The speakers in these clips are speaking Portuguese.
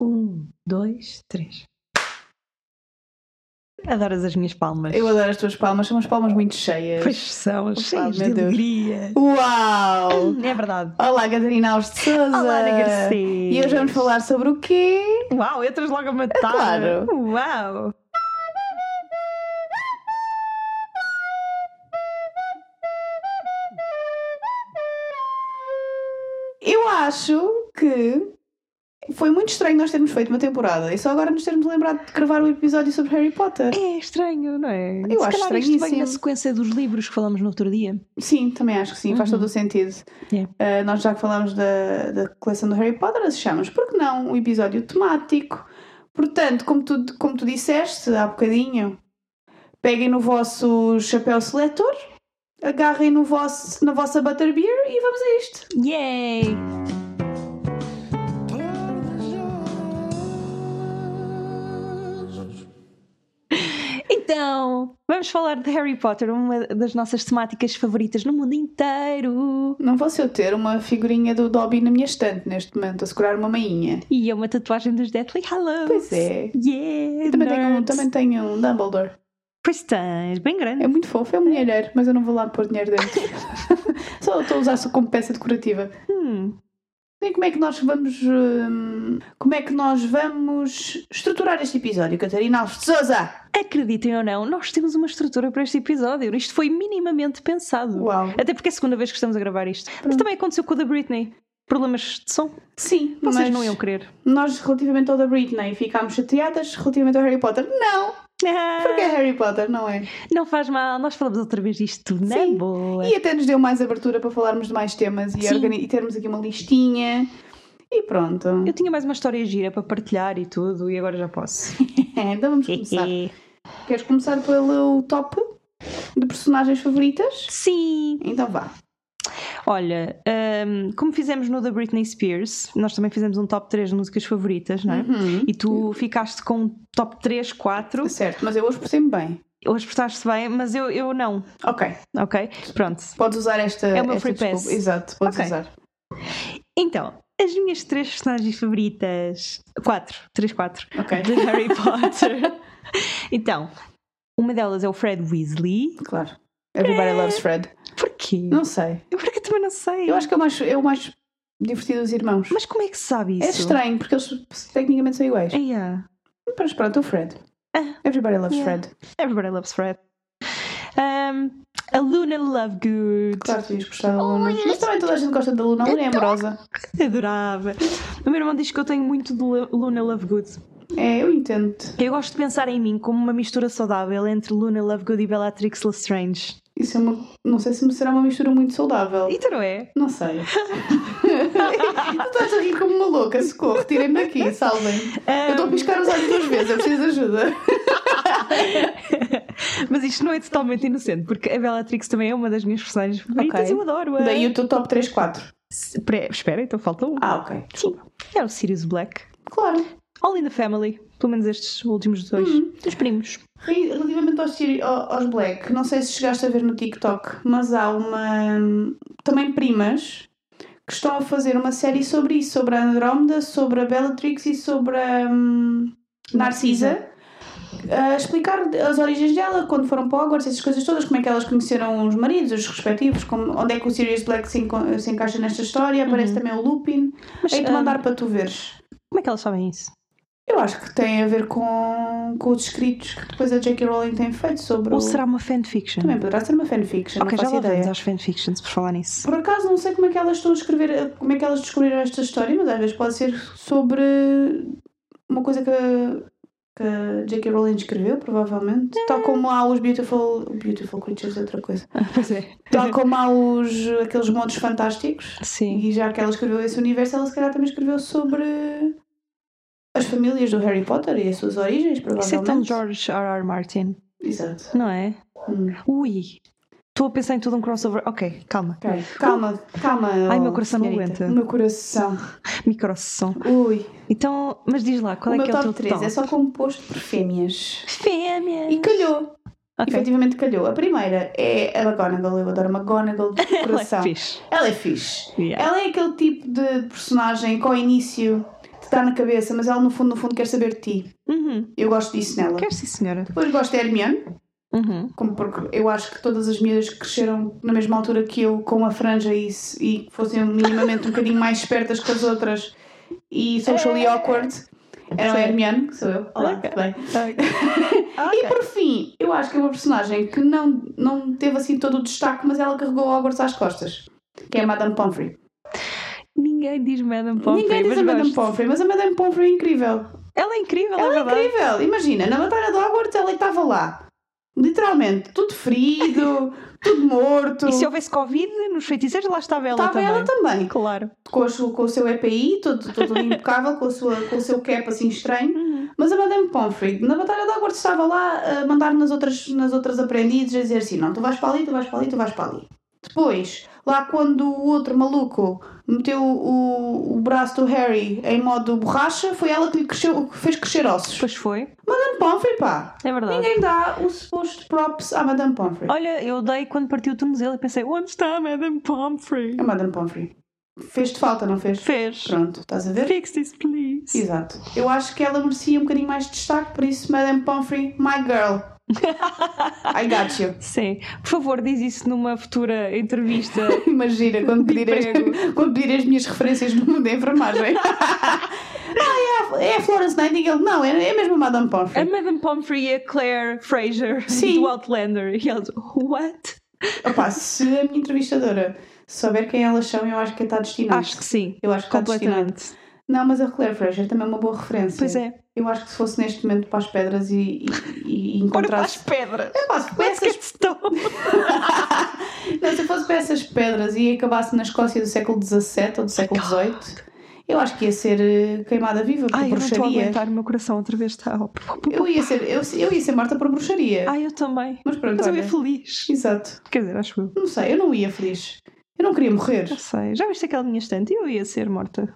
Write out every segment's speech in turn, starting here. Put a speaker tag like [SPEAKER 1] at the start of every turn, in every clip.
[SPEAKER 1] Um, dois, três. Adoras as minhas palmas.
[SPEAKER 2] Eu adoro as tuas palmas, são umas palmas muito cheias.
[SPEAKER 1] Pois são, cheias de
[SPEAKER 2] meu Deus.
[SPEAKER 1] alegria.
[SPEAKER 2] Uau!
[SPEAKER 1] É verdade.
[SPEAKER 2] Olá, Catarina Alves de Souza!
[SPEAKER 1] Olá, Ana Garcia.
[SPEAKER 2] E hoje vamos falar sobre o quê?
[SPEAKER 1] Uau, entras logo a matar.
[SPEAKER 2] claro.
[SPEAKER 1] Uau.
[SPEAKER 2] Eu acho que foi muito estranho nós termos feito uma temporada e só agora nos termos lembrado de gravar um episódio sobre Harry Potter.
[SPEAKER 1] É estranho, não é?
[SPEAKER 2] Eu
[SPEAKER 1] Se calhar
[SPEAKER 2] acho
[SPEAKER 1] isto vem
[SPEAKER 2] estranhíssimo.
[SPEAKER 1] na sequência dos livros que falamos no outro dia.
[SPEAKER 2] Sim, também acho que sim, faz
[SPEAKER 1] Uhum.
[SPEAKER 2] todo o sentido. Uh, nós já que falámos da, da coleção do Harry Potter, achamos, por que não, um episódio temático. Portanto, como tu, como tu disseste há bocadinho, peguem no vosso chapéu seletor, agarrem no vosso, na vossa Butterbeer e vamos a isto.
[SPEAKER 1] Yay! Então, vamos falar de Harry Potter, uma das nossas temáticas favoritas no mundo inteiro.
[SPEAKER 2] Não fosse eu ter uma figurinha do Dobby na minha estante neste momento, a segurar uma mainha.
[SPEAKER 1] E é uma tatuagem dos Deathly Hallows.
[SPEAKER 2] Pois é.
[SPEAKER 1] Yeah,
[SPEAKER 2] Eu também tenho, um,
[SPEAKER 1] nerds.
[SPEAKER 2] também tenho um Dumbledore.
[SPEAKER 1] Pois tens, bem grande.
[SPEAKER 2] É muito fofo, é um mulherheiro, mas eu não vou lá pôr dinheiro dentro. Só estou a usar só como peça decorativa.
[SPEAKER 1] Hum,
[SPEAKER 2] E como é que nós vamos. hum, como é que nós vamos estruturar este episódio, Catarina Alves de Souza?
[SPEAKER 1] Acreditem ou não, nós temos uma estrutura para este episódio. Isto foi minimamente pensado.
[SPEAKER 2] Uau!
[SPEAKER 1] Até porque é a segunda vez que estamos a gravar isto. Mas
[SPEAKER 2] Pronto.
[SPEAKER 1] também aconteceu com o da Britney. Problemas de som?
[SPEAKER 2] Sim,
[SPEAKER 1] Vocês
[SPEAKER 2] mas
[SPEAKER 1] não iam querer.
[SPEAKER 2] nós relativamente ao da Britney ficámos chateadas, relativamente ao Harry Potter, não!
[SPEAKER 1] Ah,
[SPEAKER 2] Porque é Harry Potter, não é?
[SPEAKER 1] Não faz mal, nós falamos outra vez disto tudo, não é?
[SPEAKER 2] Sim.
[SPEAKER 1] Boa.
[SPEAKER 2] E até nos deu mais abertura para falarmos de mais temas e,
[SPEAKER 1] Sim.
[SPEAKER 2] organi- e termos aqui uma listinha. E pronto.
[SPEAKER 1] Eu tinha mais uma história gira para partilhar e tudo, e agora já posso.
[SPEAKER 2] então vamos começar. Queres começar pelo top de personagens favoritas?
[SPEAKER 1] Sim!
[SPEAKER 2] Então vá.
[SPEAKER 1] Olha, hum, como fizemos no da Britney Spears, nós também fizemos um top 3 de músicas favoritas, não é?
[SPEAKER 2] Uhum.
[SPEAKER 1] E tu ficaste com um top 3, 4.
[SPEAKER 2] Tá Certo, mas eu hoje percebo bem.
[SPEAKER 1] Hoje portaste bem, mas eu, eu não,
[SPEAKER 2] Ok,
[SPEAKER 1] ok? Pronto.
[SPEAKER 2] podes usar esta.
[SPEAKER 1] É uma
[SPEAKER 2] esta
[SPEAKER 1] free pass.
[SPEAKER 2] desculpa. Exato, podes
[SPEAKER 1] Ok.
[SPEAKER 2] usar.
[SPEAKER 1] Então, as minhas três personagens favoritas. Quatro, três, quatro.
[SPEAKER 2] Ok,
[SPEAKER 1] De Harry Potter. então, uma delas é o Fred Weasley.
[SPEAKER 2] claro.
[SPEAKER 1] É.
[SPEAKER 2] Everybody loves Fred.
[SPEAKER 1] Porquê?
[SPEAKER 2] Não sei.
[SPEAKER 1] Eu porque também não sei.
[SPEAKER 2] Eu acho que é o mais, é o mais divertido dos irmãos.
[SPEAKER 1] Mas como é que se sabe isso?
[SPEAKER 2] É estranho, porque eles tecnicamente são iguais.
[SPEAKER 1] Ah, yeah.
[SPEAKER 2] Mas pronto, o Fred.
[SPEAKER 1] Ah.
[SPEAKER 2] Everybody loves
[SPEAKER 1] Yeah.
[SPEAKER 2] Fred.
[SPEAKER 1] Everybody loves Fred. Um, a Luna Lovegood.
[SPEAKER 2] Claro que devias gostar da
[SPEAKER 1] Oh,
[SPEAKER 2] Luna. Mas também toda a gente gosta da Luna. A Luna é
[SPEAKER 1] Então.
[SPEAKER 2] amorosa.
[SPEAKER 1] Adorava. O meu irmão diz que eu tenho muito de Lu- Luna Lovegood.
[SPEAKER 2] É, eu entendo.
[SPEAKER 1] Eu gosto de pensar em mim como uma mistura saudável entre Luna Lovegood e Bellatrix Lestrange.
[SPEAKER 2] Isso é uma. Não sei se me será uma mistura muito saudável.
[SPEAKER 1] E tu não é?
[SPEAKER 2] Não sei. tu estás a rir como uma louca, socorro. Tirem-me daqui, salvem-me. Eu estou a piscar os olhos duas vezes, eu preciso de ajuda.
[SPEAKER 1] Mas isto não é totalmente inocente, porque a Bellatrix também é uma das minhas personagens favoritas
[SPEAKER 2] Ok.
[SPEAKER 1] eu adoro-a.
[SPEAKER 2] Daí o teu top 3, 4.
[SPEAKER 1] Pre- Espera, então falta um.
[SPEAKER 2] Ah, ok.
[SPEAKER 1] Sim. É o Sirius Black.
[SPEAKER 2] Claro.
[SPEAKER 1] All in the Family. Pelo menos estes últimos dois. Uhum. Os primos.
[SPEAKER 2] Re- Relativamente aos, Siri- ao- aos Black, não sei se chegaste a ver no TikTok, mas há uma. também primas que estão a fazer uma série sobre isso, sobre a Andrómeda, sobre a Bellatrix e sobre a hum, Narcisa, a explicar as origens dela, quando foram para Hogwarts, essas coisas todas, como é que elas conheceram os maridos, os respectivos, como, onde é que o Sirius Black se, enco- se encaixa nesta história, aparece também o Lupin.
[SPEAKER 1] Uhum. Mas
[SPEAKER 2] Hei-te
[SPEAKER 1] ah,
[SPEAKER 2] mandar para tu veres.
[SPEAKER 1] como é que elas sabem isso?
[SPEAKER 2] Eu acho que tem a ver com, com os escritos que depois a J.K. Rowling tem feito sobre
[SPEAKER 1] Ou
[SPEAKER 2] o...
[SPEAKER 1] será uma fanfiction?
[SPEAKER 2] Também poderá ser uma fanfiction,
[SPEAKER 1] ok, já
[SPEAKER 2] não faço
[SPEAKER 1] lá vamos
[SPEAKER 2] ideia.
[SPEAKER 1] às fanfictions por falar nisso.
[SPEAKER 2] Por acaso não sei como é que elas estão a escrever, como é que elas descobriram esta história, mas às vezes pode ser sobre uma coisa que, que a J.K. Rowling escreveu, provavelmente.
[SPEAKER 1] É.
[SPEAKER 2] Tal como há os Beautiful, Beautiful Creatures, é outra coisa.
[SPEAKER 1] Pois é.
[SPEAKER 2] Tal como há os, aqueles montes fantásticos.
[SPEAKER 1] Sim.
[SPEAKER 2] E já que ela escreveu esse universo, ela se calhar também escreveu sobre as famílias do Harry Potter e as suas origens,
[SPEAKER 1] Isso é tão
[SPEAKER 2] provavelmente.
[SPEAKER 1] George R.R. Martin,
[SPEAKER 2] Exato.
[SPEAKER 1] não é?
[SPEAKER 2] Hum.
[SPEAKER 1] Ui, estou a pensar em tudo um crossover. Ok, calma.
[SPEAKER 2] Ok. Calma, calma.
[SPEAKER 1] Ai,
[SPEAKER 2] oh,
[SPEAKER 1] meu coração não
[SPEAKER 2] senhorita.
[SPEAKER 1] aguenta.
[SPEAKER 2] Meu coração.
[SPEAKER 1] Microsom.
[SPEAKER 2] Ui.
[SPEAKER 1] Então, mas diz lá, qual
[SPEAKER 2] o
[SPEAKER 1] é
[SPEAKER 2] meu
[SPEAKER 1] que é o teu
[SPEAKER 2] top 3 é só composto por fêmeas.
[SPEAKER 1] Fêmea!
[SPEAKER 2] E tipo calhou.
[SPEAKER 1] Ok,
[SPEAKER 2] Efetivamente calhou. A primeira é a McGonagall. Eu adoro a McGonagall de
[SPEAKER 1] ela é
[SPEAKER 2] coração.
[SPEAKER 1] fixe.
[SPEAKER 2] Ela é fixe.
[SPEAKER 1] Yeah.
[SPEAKER 2] Ela é aquele tipo de personagem que ao início está na cabeça, mas ela no fundo, no fundo quer saber de ti.
[SPEAKER 1] Uhum.
[SPEAKER 2] Eu gosto disso nela.
[SPEAKER 1] Quer sim, senhora.
[SPEAKER 2] Depois gosto da Hermione,
[SPEAKER 1] Uhum.
[SPEAKER 2] como porque eu acho que todas as miúdas que cresceram na mesma altura que eu, com a franja e, se- e que fossem minimamente um bocadinho mais espertas que as outras e socially awkward, eram a
[SPEAKER 1] É. Sim.
[SPEAKER 2] Hermione, que sou eu. Olá,
[SPEAKER 1] Ok.
[SPEAKER 2] tudo bem?
[SPEAKER 1] Ok.
[SPEAKER 2] E por fim, eu acho que é uma personagem que não, não teve assim todo o destaque, mas ela carregou Hogwarts às costas, que é a Madame Pomfrey.
[SPEAKER 1] Ninguém diz Madame Pomfrey,
[SPEAKER 2] Ninguém diz
[SPEAKER 1] mas
[SPEAKER 2] a Madame
[SPEAKER 1] gosto.
[SPEAKER 2] Pomfrey, mas a Madame Pomfrey é incrível.
[SPEAKER 1] Ela é incrível,
[SPEAKER 2] Ela
[SPEAKER 1] é
[SPEAKER 2] é
[SPEAKER 1] verdade.
[SPEAKER 2] incrível! Imagina, na Batalha de Hogwarts ela estava lá. Literalmente, tudo ferido, tudo morto.
[SPEAKER 1] E se houvesse Covid nos feiticeiros, lá estava ela
[SPEAKER 2] Estava
[SPEAKER 1] também.
[SPEAKER 2] ela também.
[SPEAKER 1] Claro.
[SPEAKER 2] Com, as- com o seu EPI, todo, todo impecável, com, a sua, com o seu cap assim estranho.
[SPEAKER 1] Uhum.
[SPEAKER 2] Mas a Madame Pomfrey, na Batalha de Hogwarts, estava lá a mandar nas outras, nas outras aprendizes a dizer assim: não, tu vais para ali, tu vais para ali, tu vais para ali. Depois, lá quando o outro maluco meteu o, o braço do Harry em modo borracha, foi ela que lhe cresceu, que fez crescer ossos.
[SPEAKER 1] Pois foi,
[SPEAKER 2] Madame Pomfrey, pá!
[SPEAKER 1] é verdade.
[SPEAKER 2] Ninguém dá o suposto props à Madame Pomfrey.
[SPEAKER 1] Olha, eu dei quando partiu o tornozelo e pensei, onde está a Madame Pomfrey?
[SPEAKER 2] A Madame Pomfrey. Fez-te falta, não fez?
[SPEAKER 1] Fez.
[SPEAKER 2] Pronto, estás a ver?
[SPEAKER 1] Fix this, please.
[SPEAKER 2] Exato. Eu acho que ela merecia um bocadinho mais de destaque, por isso, Madame Pomfrey, my girl. I got you.
[SPEAKER 1] Sim. Por favor, diz isso numa futura entrevista.
[SPEAKER 2] Imagina quando
[SPEAKER 1] De
[SPEAKER 2] pedir, as,
[SPEAKER 1] emprego.
[SPEAKER 2] quando pedir as minhas referências no mundo da enfermagem. ah, é a, é a Florence Nightingale. Não, é, é mesmo a Madame
[SPEAKER 1] a
[SPEAKER 2] Pomfrey.
[SPEAKER 1] Madame Pomfrey e a Claire Fraser
[SPEAKER 2] Sim.
[SPEAKER 1] do Outlander. E eles, what? É.
[SPEAKER 2] Opa, se a minha entrevistadora souber quem elas são, eu acho que está destinada.
[SPEAKER 1] Acho que sim.
[SPEAKER 2] Eu acho que está destinada.
[SPEAKER 1] Completamente.
[SPEAKER 2] Não, mas a Claire Fraser também é uma boa referência.
[SPEAKER 1] Pois é.
[SPEAKER 2] Eu acho que se fosse neste momento para as pedras e, e, e
[SPEAKER 1] Bora para as
[SPEAKER 2] encontrasse. É
[SPEAKER 1] pedras. é
[SPEAKER 2] Eu faço
[SPEAKER 1] Let's
[SPEAKER 2] peças.
[SPEAKER 1] get stoned.
[SPEAKER 2] Não, se eu fosse para essas pedras e acabasse na Escócia do século XVII ou do século XVIII, eu acho que ia ser eh, queimada viva por
[SPEAKER 1] Ai, eu não estou a
[SPEAKER 2] bruxaria.
[SPEAKER 1] aguentar o meu coração outra vez. Tá, Está...
[SPEAKER 2] Eu ia, ser, eu, eu ia ser morta por bruxaria.
[SPEAKER 1] Ai, eu também.
[SPEAKER 2] Mas pronto,
[SPEAKER 1] Mas eu
[SPEAKER 2] olha.
[SPEAKER 1] ia feliz.
[SPEAKER 2] Exato.
[SPEAKER 1] Quer dizer, acho eu.
[SPEAKER 2] Não sei, eu não ia feliz. Eu não queria morrer.
[SPEAKER 1] Não sei. Já viste aquela minha estante? Eu ia ser morta.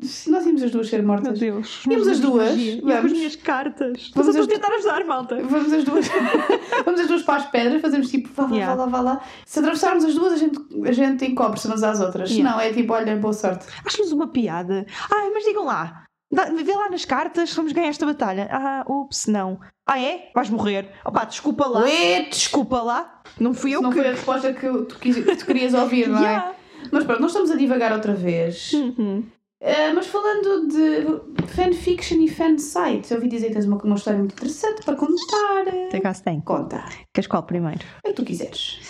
[SPEAKER 2] Se Nós íamos as duas ser
[SPEAKER 1] Meu
[SPEAKER 2] mortas.
[SPEAKER 1] Deus.
[SPEAKER 2] Íamos as duas?
[SPEAKER 1] Magia. Eu com
[SPEAKER 2] Vamos.
[SPEAKER 1] as minhas cartas.
[SPEAKER 2] Vamos
[SPEAKER 1] Vamos
[SPEAKER 2] as-
[SPEAKER 1] tentar ajudar, malta.
[SPEAKER 2] Vamos as duas. Vamos as duas para as pedras, fazemos tipo, vá lá,
[SPEAKER 1] Yeah.
[SPEAKER 2] vá lá, vá lá. Se atravessarmos as duas, a gente, a gente encobre-se umas às outras. Se
[SPEAKER 1] Yeah.
[SPEAKER 2] Não, é tipo, olha, boa sorte.
[SPEAKER 1] Acho-nos uma piada. Ai, mas digam lá. Dá- Vê lá nas cartas, vamos ganhar esta batalha. Ah, ups, não. Ah, é? Vais morrer. Opá, desculpa lá.
[SPEAKER 2] Witch!
[SPEAKER 1] Desculpa lá. Não fui eu
[SPEAKER 2] não
[SPEAKER 1] que.
[SPEAKER 2] foi a resposta que tu, quis- que tu querias ouvir, não é?
[SPEAKER 1] Yeah.
[SPEAKER 2] Mas pronto, nós estamos a divagar outra vez.
[SPEAKER 1] Uhum.
[SPEAKER 2] Ah, mas falando de fanfiction e fansites, eu ouvi dizer que tens uma, uma história muito interessante para contar.
[SPEAKER 1] Por acaso tem.
[SPEAKER 2] Conta,
[SPEAKER 1] Queres qual primeiro?
[SPEAKER 2] é o que tu quiseres.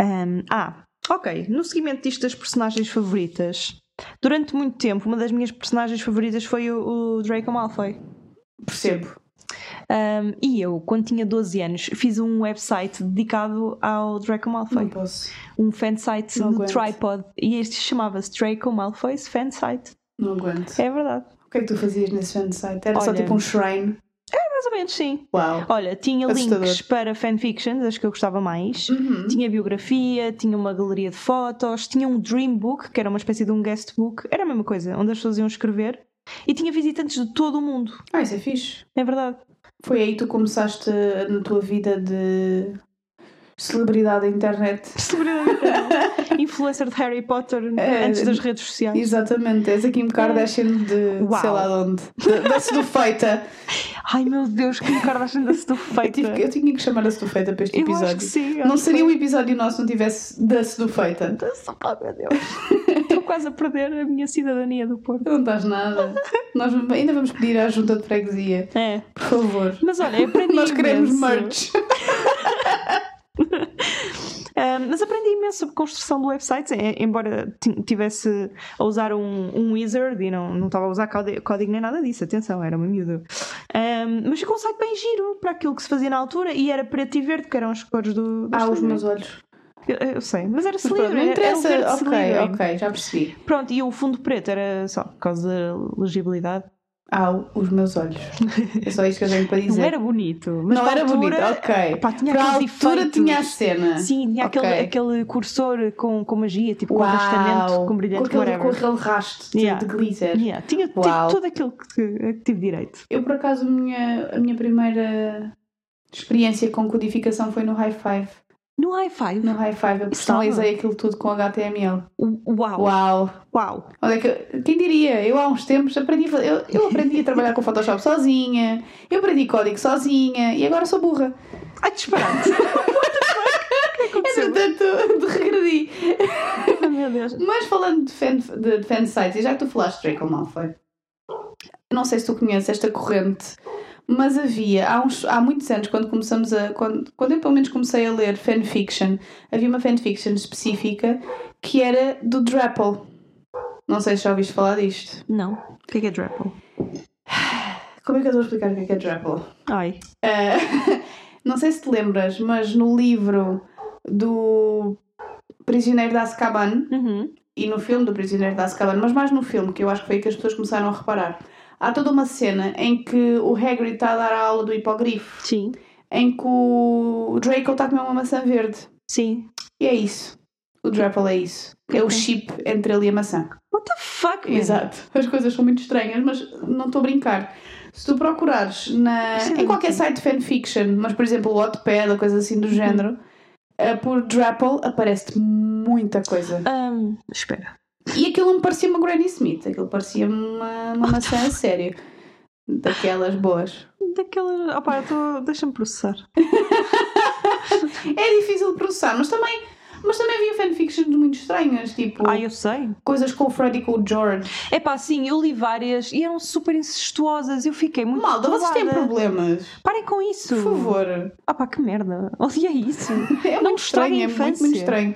[SPEAKER 1] Um, ah, ok. No seguimento disto das personagens favoritas, durante muito tempo, uma das minhas personagens favoritas foi o, o Draco Malfoy.
[SPEAKER 2] Percebo.
[SPEAKER 1] Um, e eu, quando tinha 12 anos, fiz um website dedicado ao Draco
[SPEAKER 2] Não
[SPEAKER 1] Malfoy.
[SPEAKER 2] posso.
[SPEAKER 1] Um fansite
[SPEAKER 2] Hum. Não
[SPEAKER 1] do
[SPEAKER 2] aguento.
[SPEAKER 1] Tripod. E este chamava-se Draco Malfoy's Fansite.
[SPEAKER 2] Não aguanto.
[SPEAKER 1] É verdade.
[SPEAKER 2] O que é que tu fazias nesse fansite? Era só
[SPEAKER 1] Olha.
[SPEAKER 2] tipo um shrine?
[SPEAKER 1] Mais ou menos, sim.
[SPEAKER 2] Uau.
[SPEAKER 1] Olha, tinha
[SPEAKER 2] Assustador.
[SPEAKER 1] links para fanfictions, as que eu gostava mais.
[SPEAKER 2] Uhum.
[SPEAKER 1] Tinha biografia, tinha uma galeria de fotos, tinha um dream book, que era uma espécie de um guest book, era a mesma coisa, onde as pessoas iam escrever, e tinha visitantes de todo o mundo,
[SPEAKER 2] Ah, isso é fixe.
[SPEAKER 1] é verdade.
[SPEAKER 2] Foi aí que tu começaste eh, na tua vida de celebridade da internet.
[SPEAKER 1] Influencer de Harry Potter né,
[SPEAKER 2] É,
[SPEAKER 1] antes das redes sociais.
[SPEAKER 2] Exatamente, és a Kim Kardashian de
[SPEAKER 1] Uau.
[SPEAKER 2] sei lá de onde. Da- Da Sedufeita.
[SPEAKER 1] Ai meu Deus, que Kardashian da
[SPEAKER 2] Eu,
[SPEAKER 1] feita.
[SPEAKER 2] tive que- eu tinha que chamar a Sedufeita para este
[SPEAKER 1] Eu acho
[SPEAKER 2] episódio.
[SPEAKER 1] que sim.
[SPEAKER 2] Não seria Oh, um episódio nosso se não tivesse da Sedufeita.
[SPEAKER 1] Ah, meu Deus. Estou quase a perder a minha cidadania do Porto.
[SPEAKER 2] Não estás nada. Nós ainda vamos pedir à junta de freguesia,
[SPEAKER 1] É.
[SPEAKER 2] por favor.
[SPEAKER 1] Mas olha, aprendi
[SPEAKER 2] Nós queremos
[SPEAKER 1] imenso.
[SPEAKER 2] merch.
[SPEAKER 1] Ah, mas aprendi imenso sobre construção de websites, em- embora ti- tivesse a usar um, um wizard e não, não estava a usar código, código nem nada disso, atenção, era uma miúda. Ah, mas ficou um site bem giro para aquilo que se fazia na altura e era preto e verde, que eram as cores do. do
[SPEAKER 2] Ah, os
[SPEAKER 1] Slytherin.
[SPEAKER 2] meus olhos.
[SPEAKER 1] eu, eu sei, mas era
[SPEAKER 2] Mas pronto,
[SPEAKER 1] Slytherin,
[SPEAKER 2] não
[SPEAKER 1] era-
[SPEAKER 2] interessa.
[SPEAKER 1] era o verde é
[SPEAKER 2] ok,
[SPEAKER 1] Slytherin.
[SPEAKER 2] ok, já percebi.
[SPEAKER 1] Pronto, e o fundo preto era só por causa da legibilidade.
[SPEAKER 2] Ah, os meus olhos. É só isto que eu tenho para dizer.
[SPEAKER 1] Não era bonito, mas
[SPEAKER 2] Não
[SPEAKER 1] para a
[SPEAKER 2] era
[SPEAKER 1] altura,
[SPEAKER 2] bonito, ok.
[SPEAKER 1] Pá, tinha
[SPEAKER 2] Para a
[SPEAKER 1] aqueles
[SPEAKER 2] altura
[SPEAKER 1] efeitos. né?
[SPEAKER 2] tinha a cena.
[SPEAKER 1] assim, Sim, tinha
[SPEAKER 2] Ok.
[SPEAKER 1] aquele, aquele cursor com, com magia, tipo com
[SPEAKER 2] Uau,
[SPEAKER 1] arrastamento, com brilhante,
[SPEAKER 2] com aquele,
[SPEAKER 1] whatever.
[SPEAKER 2] com aquele rasto de,
[SPEAKER 1] Yeah.
[SPEAKER 2] de glitter.
[SPEAKER 1] Yeah, tinha tipo,
[SPEAKER 2] Uau.
[SPEAKER 1] tudo aquilo que, a que tive direito.
[SPEAKER 2] Eu, por acaso, a minha, a minha primeira experiência com codificação foi no High Five.
[SPEAKER 1] No Hi-Fi?
[SPEAKER 2] No High Five eu
[SPEAKER 1] Estava.
[SPEAKER 2] personalizei aquilo tudo com HTML.
[SPEAKER 1] Uau! Uau!
[SPEAKER 2] Uau!
[SPEAKER 1] Uau!
[SPEAKER 2] Olha, que- quem diria? Eu há uns tempos aprendi a fazer- eu, eu aprendi a trabalhar com Photoshop sozinha, eu aprendi código sozinha e agora sou burra. É
[SPEAKER 1] Ai, disparate! é Aconteceu.
[SPEAKER 2] Entretanto, regredi.
[SPEAKER 1] Ai, meu Deus.
[SPEAKER 2] Mas falando de fan, de, de fan sites, e já que tu falaste de Draco Malfoy, não sei se tu conheces esta corrente, mas havia, há, uns, há muitos anos, quando começamos a. Quando, quando eu pelo menos comecei a ler fanfiction, havia uma fanfiction específica que era do Drapple. Não sei se já ouviste falar disto.
[SPEAKER 1] Não. O que é que é Drapple?
[SPEAKER 2] Como é que eu estou a explicar o que é que é Drapple?
[SPEAKER 1] Ai.
[SPEAKER 2] Ah, não sei se te lembras, mas no livro do Prisioneiro de Azkaban,
[SPEAKER 1] Uhum.
[SPEAKER 2] e no filme do Prisioneiro de Azkaban, mas mais no filme, que eu acho que foi aí que as pessoas começaram a reparar. Há toda uma cena em que o Hagrid está a dar a aula do hipogrifo,
[SPEAKER 1] Sim.
[SPEAKER 2] em que o Draco está a comer uma maçã verde.
[SPEAKER 1] Sim.
[SPEAKER 2] E é isso. O Drapple é isso. É o
[SPEAKER 1] Ok.
[SPEAKER 2] chip entre ele e a maçã.
[SPEAKER 1] What the fuck, man?
[SPEAKER 2] Exato. As coisas são muito estranhas, mas não estou a brincar. Se tu procurares na,
[SPEAKER 1] Isso é
[SPEAKER 2] em qualquer
[SPEAKER 1] muito
[SPEAKER 2] site de fanfiction, mas por exemplo o Wattpad ou coisa assim do
[SPEAKER 1] Uhum.
[SPEAKER 2] género, eh, por Drapple aparece muita coisa.
[SPEAKER 1] Ahm, Um, espera.
[SPEAKER 2] E aquilo não me parecia uma Granny Smith, aquilo parecia uma, uma maçã a sério. Daquelas boas.
[SPEAKER 1] Daquela. Opá, eu tô... deixa-me processar.
[SPEAKER 2] É difícil de processar, mas também, mas também havia fanfictions muito estranhas, tipo
[SPEAKER 1] Ah, eu sei.
[SPEAKER 2] coisas com o Freddy e com o George.
[SPEAKER 1] É pá, sim, eu li várias e eram super incestuosas. Eu fiquei muito.
[SPEAKER 2] Malda, vocês têm
[SPEAKER 1] perturbada.
[SPEAKER 2] problemas.
[SPEAKER 1] Parem com isso.
[SPEAKER 2] Por favor. É
[SPEAKER 1] Ah, pá, que merda. Odiei isso.
[SPEAKER 2] muito estranho,
[SPEAKER 1] estraguem a
[SPEAKER 2] é muito,
[SPEAKER 1] infância.
[SPEAKER 2] muito estranho.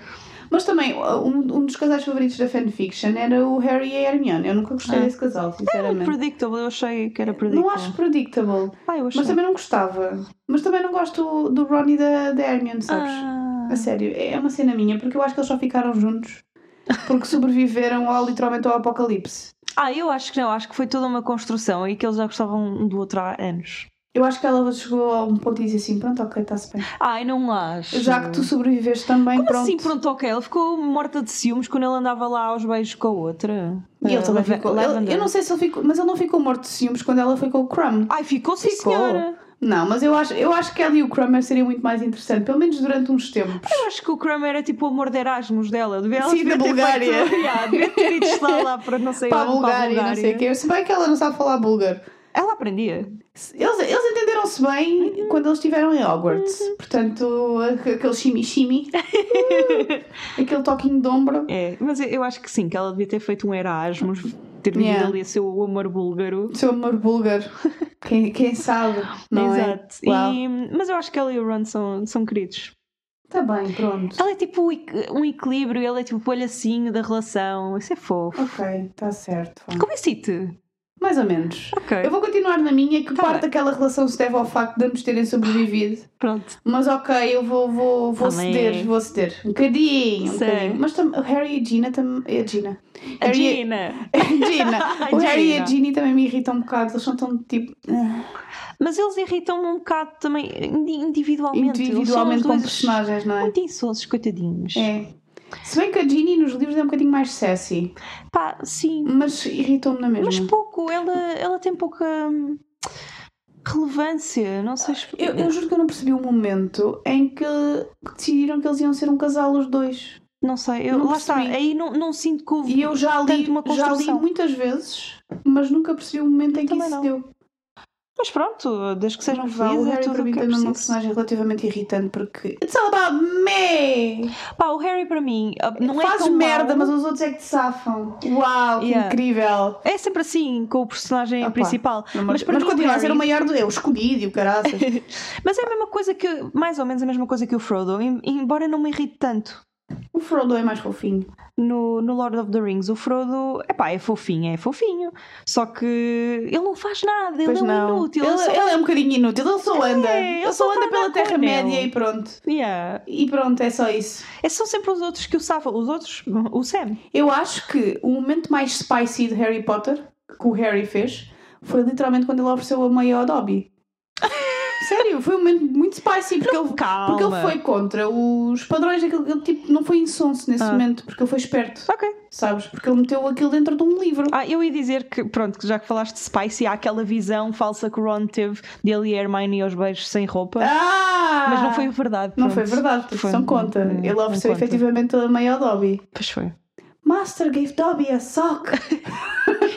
[SPEAKER 2] Mas também, um, um dos casais favoritos da fanfiction era o Harry e a Hermione. Eu nunca gostei
[SPEAKER 1] Ah.
[SPEAKER 2] desse casal,
[SPEAKER 1] Muito
[SPEAKER 2] sinceramente.
[SPEAKER 1] predictable, eu achei que era predictable.
[SPEAKER 2] é? Não acho predictable,
[SPEAKER 1] Ah, eu achei.
[SPEAKER 2] mas também não gostava. Mas também não gosto do Ron e da, da Hermione, sabes?
[SPEAKER 1] Ah,
[SPEAKER 2] A sério, é uma cena minha, porque eu acho que eles só ficaram juntos porque sobreviveram ao, literalmente ao apocalipse.
[SPEAKER 1] Ah, eu acho que não, acho que foi toda uma construção e que eles já gostavam um do outro há anos.
[SPEAKER 2] Eu acho que ela chegou a um ponto e disse assim: pronto, ok, está-se bem.
[SPEAKER 1] Ai, não acho.
[SPEAKER 2] Já que tu sobreviveste também,
[SPEAKER 1] Como
[SPEAKER 2] pronto.
[SPEAKER 1] assim, pronto, ok? Ela ficou morta de ciúmes quando ele andava lá aos beijos com a outra.
[SPEAKER 2] E ele
[SPEAKER 1] Ah,
[SPEAKER 2] também
[SPEAKER 1] Lave-
[SPEAKER 2] ficou. ele-
[SPEAKER 1] Lavender.
[SPEAKER 2] eu não é? sei se ele ficou, mas ele não ficou morto de ciúmes quando ela foi com o Crumb.
[SPEAKER 1] Ai, ficou, sim,
[SPEAKER 2] Ficou.
[SPEAKER 1] senhora.
[SPEAKER 2] Não, mas eu acho, eu acho que ela e o Crumb seria muito mais interessante, pelo menos durante uns tempos.
[SPEAKER 1] Eu acho que o Kramer era tipo o amor de Erasmus dela. Devia ela
[SPEAKER 2] Sim,
[SPEAKER 1] devia
[SPEAKER 2] da
[SPEAKER 1] ter
[SPEAKER 2] Bulgária.
[SPEAKER 1] feito- Yeah, devia ter ido estudar lá para não sei
[SPEAKER 2] Para a
[SPEAKER 1] onde, para a
[SPEAKER 2] Bulgária, e não sei o
[SPEAKER 1] Bulgária.
[SPEAKER 2] quê. Se bem que ela não sabe falar búlgaro.
[SPEAKER 1] Ela aprendia.
[SPEAKER 2] Eles, eles entenderam-se bem
[SPEAKER 1] Uhum.
[SPEAKER 2] quando eles estiveram em Hogwarts. Portanto, aqu- aquele shimi-shimi, aquele toquinho de ombro.
[SPEAKER 1] É, mas eu- eu acho que sim, que ela devia ter feito um Erasmus, ter vivido
[SPEAKER 2] Yeah.
[SPEAKER 1] ali a seu amor búlgaro.
[SPEAKER 2] Seu amor búlgaro. Quem, quem sabe, não é?
[SPEAKER 1] Exato. E-
[SPEAKER 2] Uau.
[SPEAKER 1] mas eu acho que ela e o Ron são, são queridos.
[SPEAKER 2] Tá bem, pronto.
[SPEAKER 1] Ela é tipo o equ- um equilíbrio, ele é tipo o palhacinho da relação. Isso é fofo.
[SPEAKER 2] Ok, tá certo. vá.
[SPEAKER 1] Como é te
[SPEAKER 2] Mais ou menos.
[SPEAKER 1] Ok.
[SPEAKER 2] Eu vou continuar na minha, que
[SPEAKER 1] Tá
[SPEAKER 2] parte
[SPEAKER 1] bem.
[SPEAKER 2] daquela relação se deve ao facto de ambos terem sobrevivido.
[SPEAKER 1] Pronto.
[SPEAKER 2] Mas ok, eu vou, vou, vou
[SPEAKER 1] Amém.
[SPEAKER 2] ceder, vou ceder. Um bocadinho, um
[SPEAKER 1] Sim.
[SPEAKER 2] bocadinho. Mas tam- o Harry e a Gina também. A Gina.
[SPEAKER 1] A
[SPEAKER 2] Harry e-
[SPEAKER 1] Gina.
[SPEAKER 2] Gina. O Harry e
[SPEAKER 1] Gina.
[SPEAKER 2] a Ginny também me irritam um bocado. Eles são tão tipo. ah,
[SPEAKER 1] Mas eles irritam-me um bocado também indi- individualmente.
[SPEAKER 2] individualmente como
[SPEAKER 1] como
[SPEAKER 2] personagens, não é?
[SPEAKER 1] Muito insosos, coitadinhos.
[SPEAKER 2] É. Se bem que a Ginny nos livros é um bocadinho mais sassy,
[SPEAKER 1] Pá, sim.
[SPEAKER 2] mas irritam-me na mesma.
[SPEAKER 1] Mas pouco, ela, ela tem pouca hum, relevância, não sei explicar.
[SPEAKER 2] Eu, eu juro que eu não percebi o momento em que decidiram que eles iam ser um casal os dois.
[SPEAKER 1] Não sei, eu,
[SPEAKER 2] não
[SPEAKER 1] lá está,
[SPEAKER 2] percebi.
[SPEAKER 1] aí não, não sinto que houve.
[SPEAKER 2] E eu já li,
[SPEAKER 1] Tanto uma
[SPEAKER 2] já li
[SPEAKER 1] construção.
[SPEAKER 2] muitas vezes, mas nunca percebi o momento em que
[SPEAKER 1] Também
[SPEAKER 2] isso
[SPEAKER 1] não.
[SPEAKER 2] deu.
[SPEAKER 1] Mas pronto, desde que sejam
[SPEAKER 2] Mas vá, o
[SPEAKER 1] felizes é
[SPEAKER 2] Harry
[SPEAKER 1] tudo
[SPEAKER 2] para
[SPEAKER 1] o
[SPEAKER 2] mim
[SPEAKER 1] que é
[SPEAKER 2] também é uma
[SPEAKER 1] preciso.
[SPEAKER 2] personagem relativamente irritante porque. It's all about me!
[SPEAKER 1] Pá, o Harry para mim ah, não é
[SPEAKER 2] Fazes
[SPEAKER 1] tão
[SPEAKER 2] merda,
[SPEAKER 1] mau.
[SPEAKER 2] mas os outros é que te safam. Uau, que
[SPEAKER 1] Yeah.
[SPEAKER 2] incrível!
[SPEAKER 1] É sempre assim com o personagem
[SPEAKER 2] Opa.
[SPEAKER 1] principal.
[SPEAKER 2] Mas,
[SPEAKER 1] para
[SPEAKER 2] mas
[SPEAKER 1] mim o
[SPEAKER 2] continua a ser
[SPEAKER 1] Harry-
[SPEAKER 2] o maior do. É o escolhido e o caraças.
[SPEAKER 1] Mas é a mesma coisa que. Mais ou menos a mesma coisa que o Frodo, em- embora não me irrite tanto.
[SPEAKER 2] o Frodo é mais fofinho.
[SPEAKER 1] No, no Lord of the Rings, o Frodo epá, é fofinho, é fofinho. Só que ele não faz nada, ele
[SPEAKER 2] Pois
[SPEAKER 1] é um
[SPEAKER 2] não.
[SPEAKER 1] inútil.
[SPEAKER 2] Ele,
[SPEAKER 1] ele só-
[SPEAKER 2] ele é um bocadinho inútil. Ele só anda.
[SPEAKER 1] é,
[SPEAKER 2] ele
[SPEAKER 1] ele
[SPEAKER 2] só
[SPEAKER 1] só
[SPEAKER 2] anda
[SPEAKER 1] tá
[SPEAKER 2] pela
[SPEAKER 1] lá com o
[SPEAKER 2] Terra-média
[SPEAKER 1] anel.
[SPEAKER 2] e pronto.
[SPEAKER 1] Yeah.
[SPEAKER 2] E pronto, é só isso.
[SPEAKER 1] É, são sempre os outros que o safam. Os outros, o Sam.
[SPEAKER 2] Eu acho que o momento mais spicy de Harry Potter que o Harry fez foi literalmente quando ele ofereceu a meia ao Dobby. Sério, foi um momento muito spicy porque, ele,
[SPEAKER 1] Calma.
[SPEAKER 2] porque ele foi contra os padrões daquele ele, tipo, não foi insonso nesse
[SPEAKER 1] Ah. momento,
[SPEAKER 2] momento, porque ele foi esperto,
[SPEAKER 1] Ok.
[SPEAKER 2] sabes? Porque ele meteu aquilo dentro de um livro.
[SPEAKER 1] Ah, eu ia dizer que, pronto, que já que falaste de Spicy, há aquela visão falsa que o Ron teve dele e a Hermione aos beijos sem roupa.
[SPEAKER 2] Ah!
[SPEAKER 1] Mas não foi verdade.
[SPEAKER 2] Não
[SPEAKER 1] pronto.
[SPEAKER 2] foi verdade, porque
[SPEAKER 1] Foi
[SPEAKER 2] são
[SPEAKER 1] um-
[SPEAKER 2] conta.
[SPEAKER 1] um-
[SPEAKER 2] Ele
[SPEAKER 1] um
[SPEAKER 2] ofereceu
[SPEAKER 1] conta.
[SPEAKER 2] efetivamente a meia ao Dobby.
[SPEAKER 1] Pois foi.
[SPEAKER 2] Master gave Dobby a sock.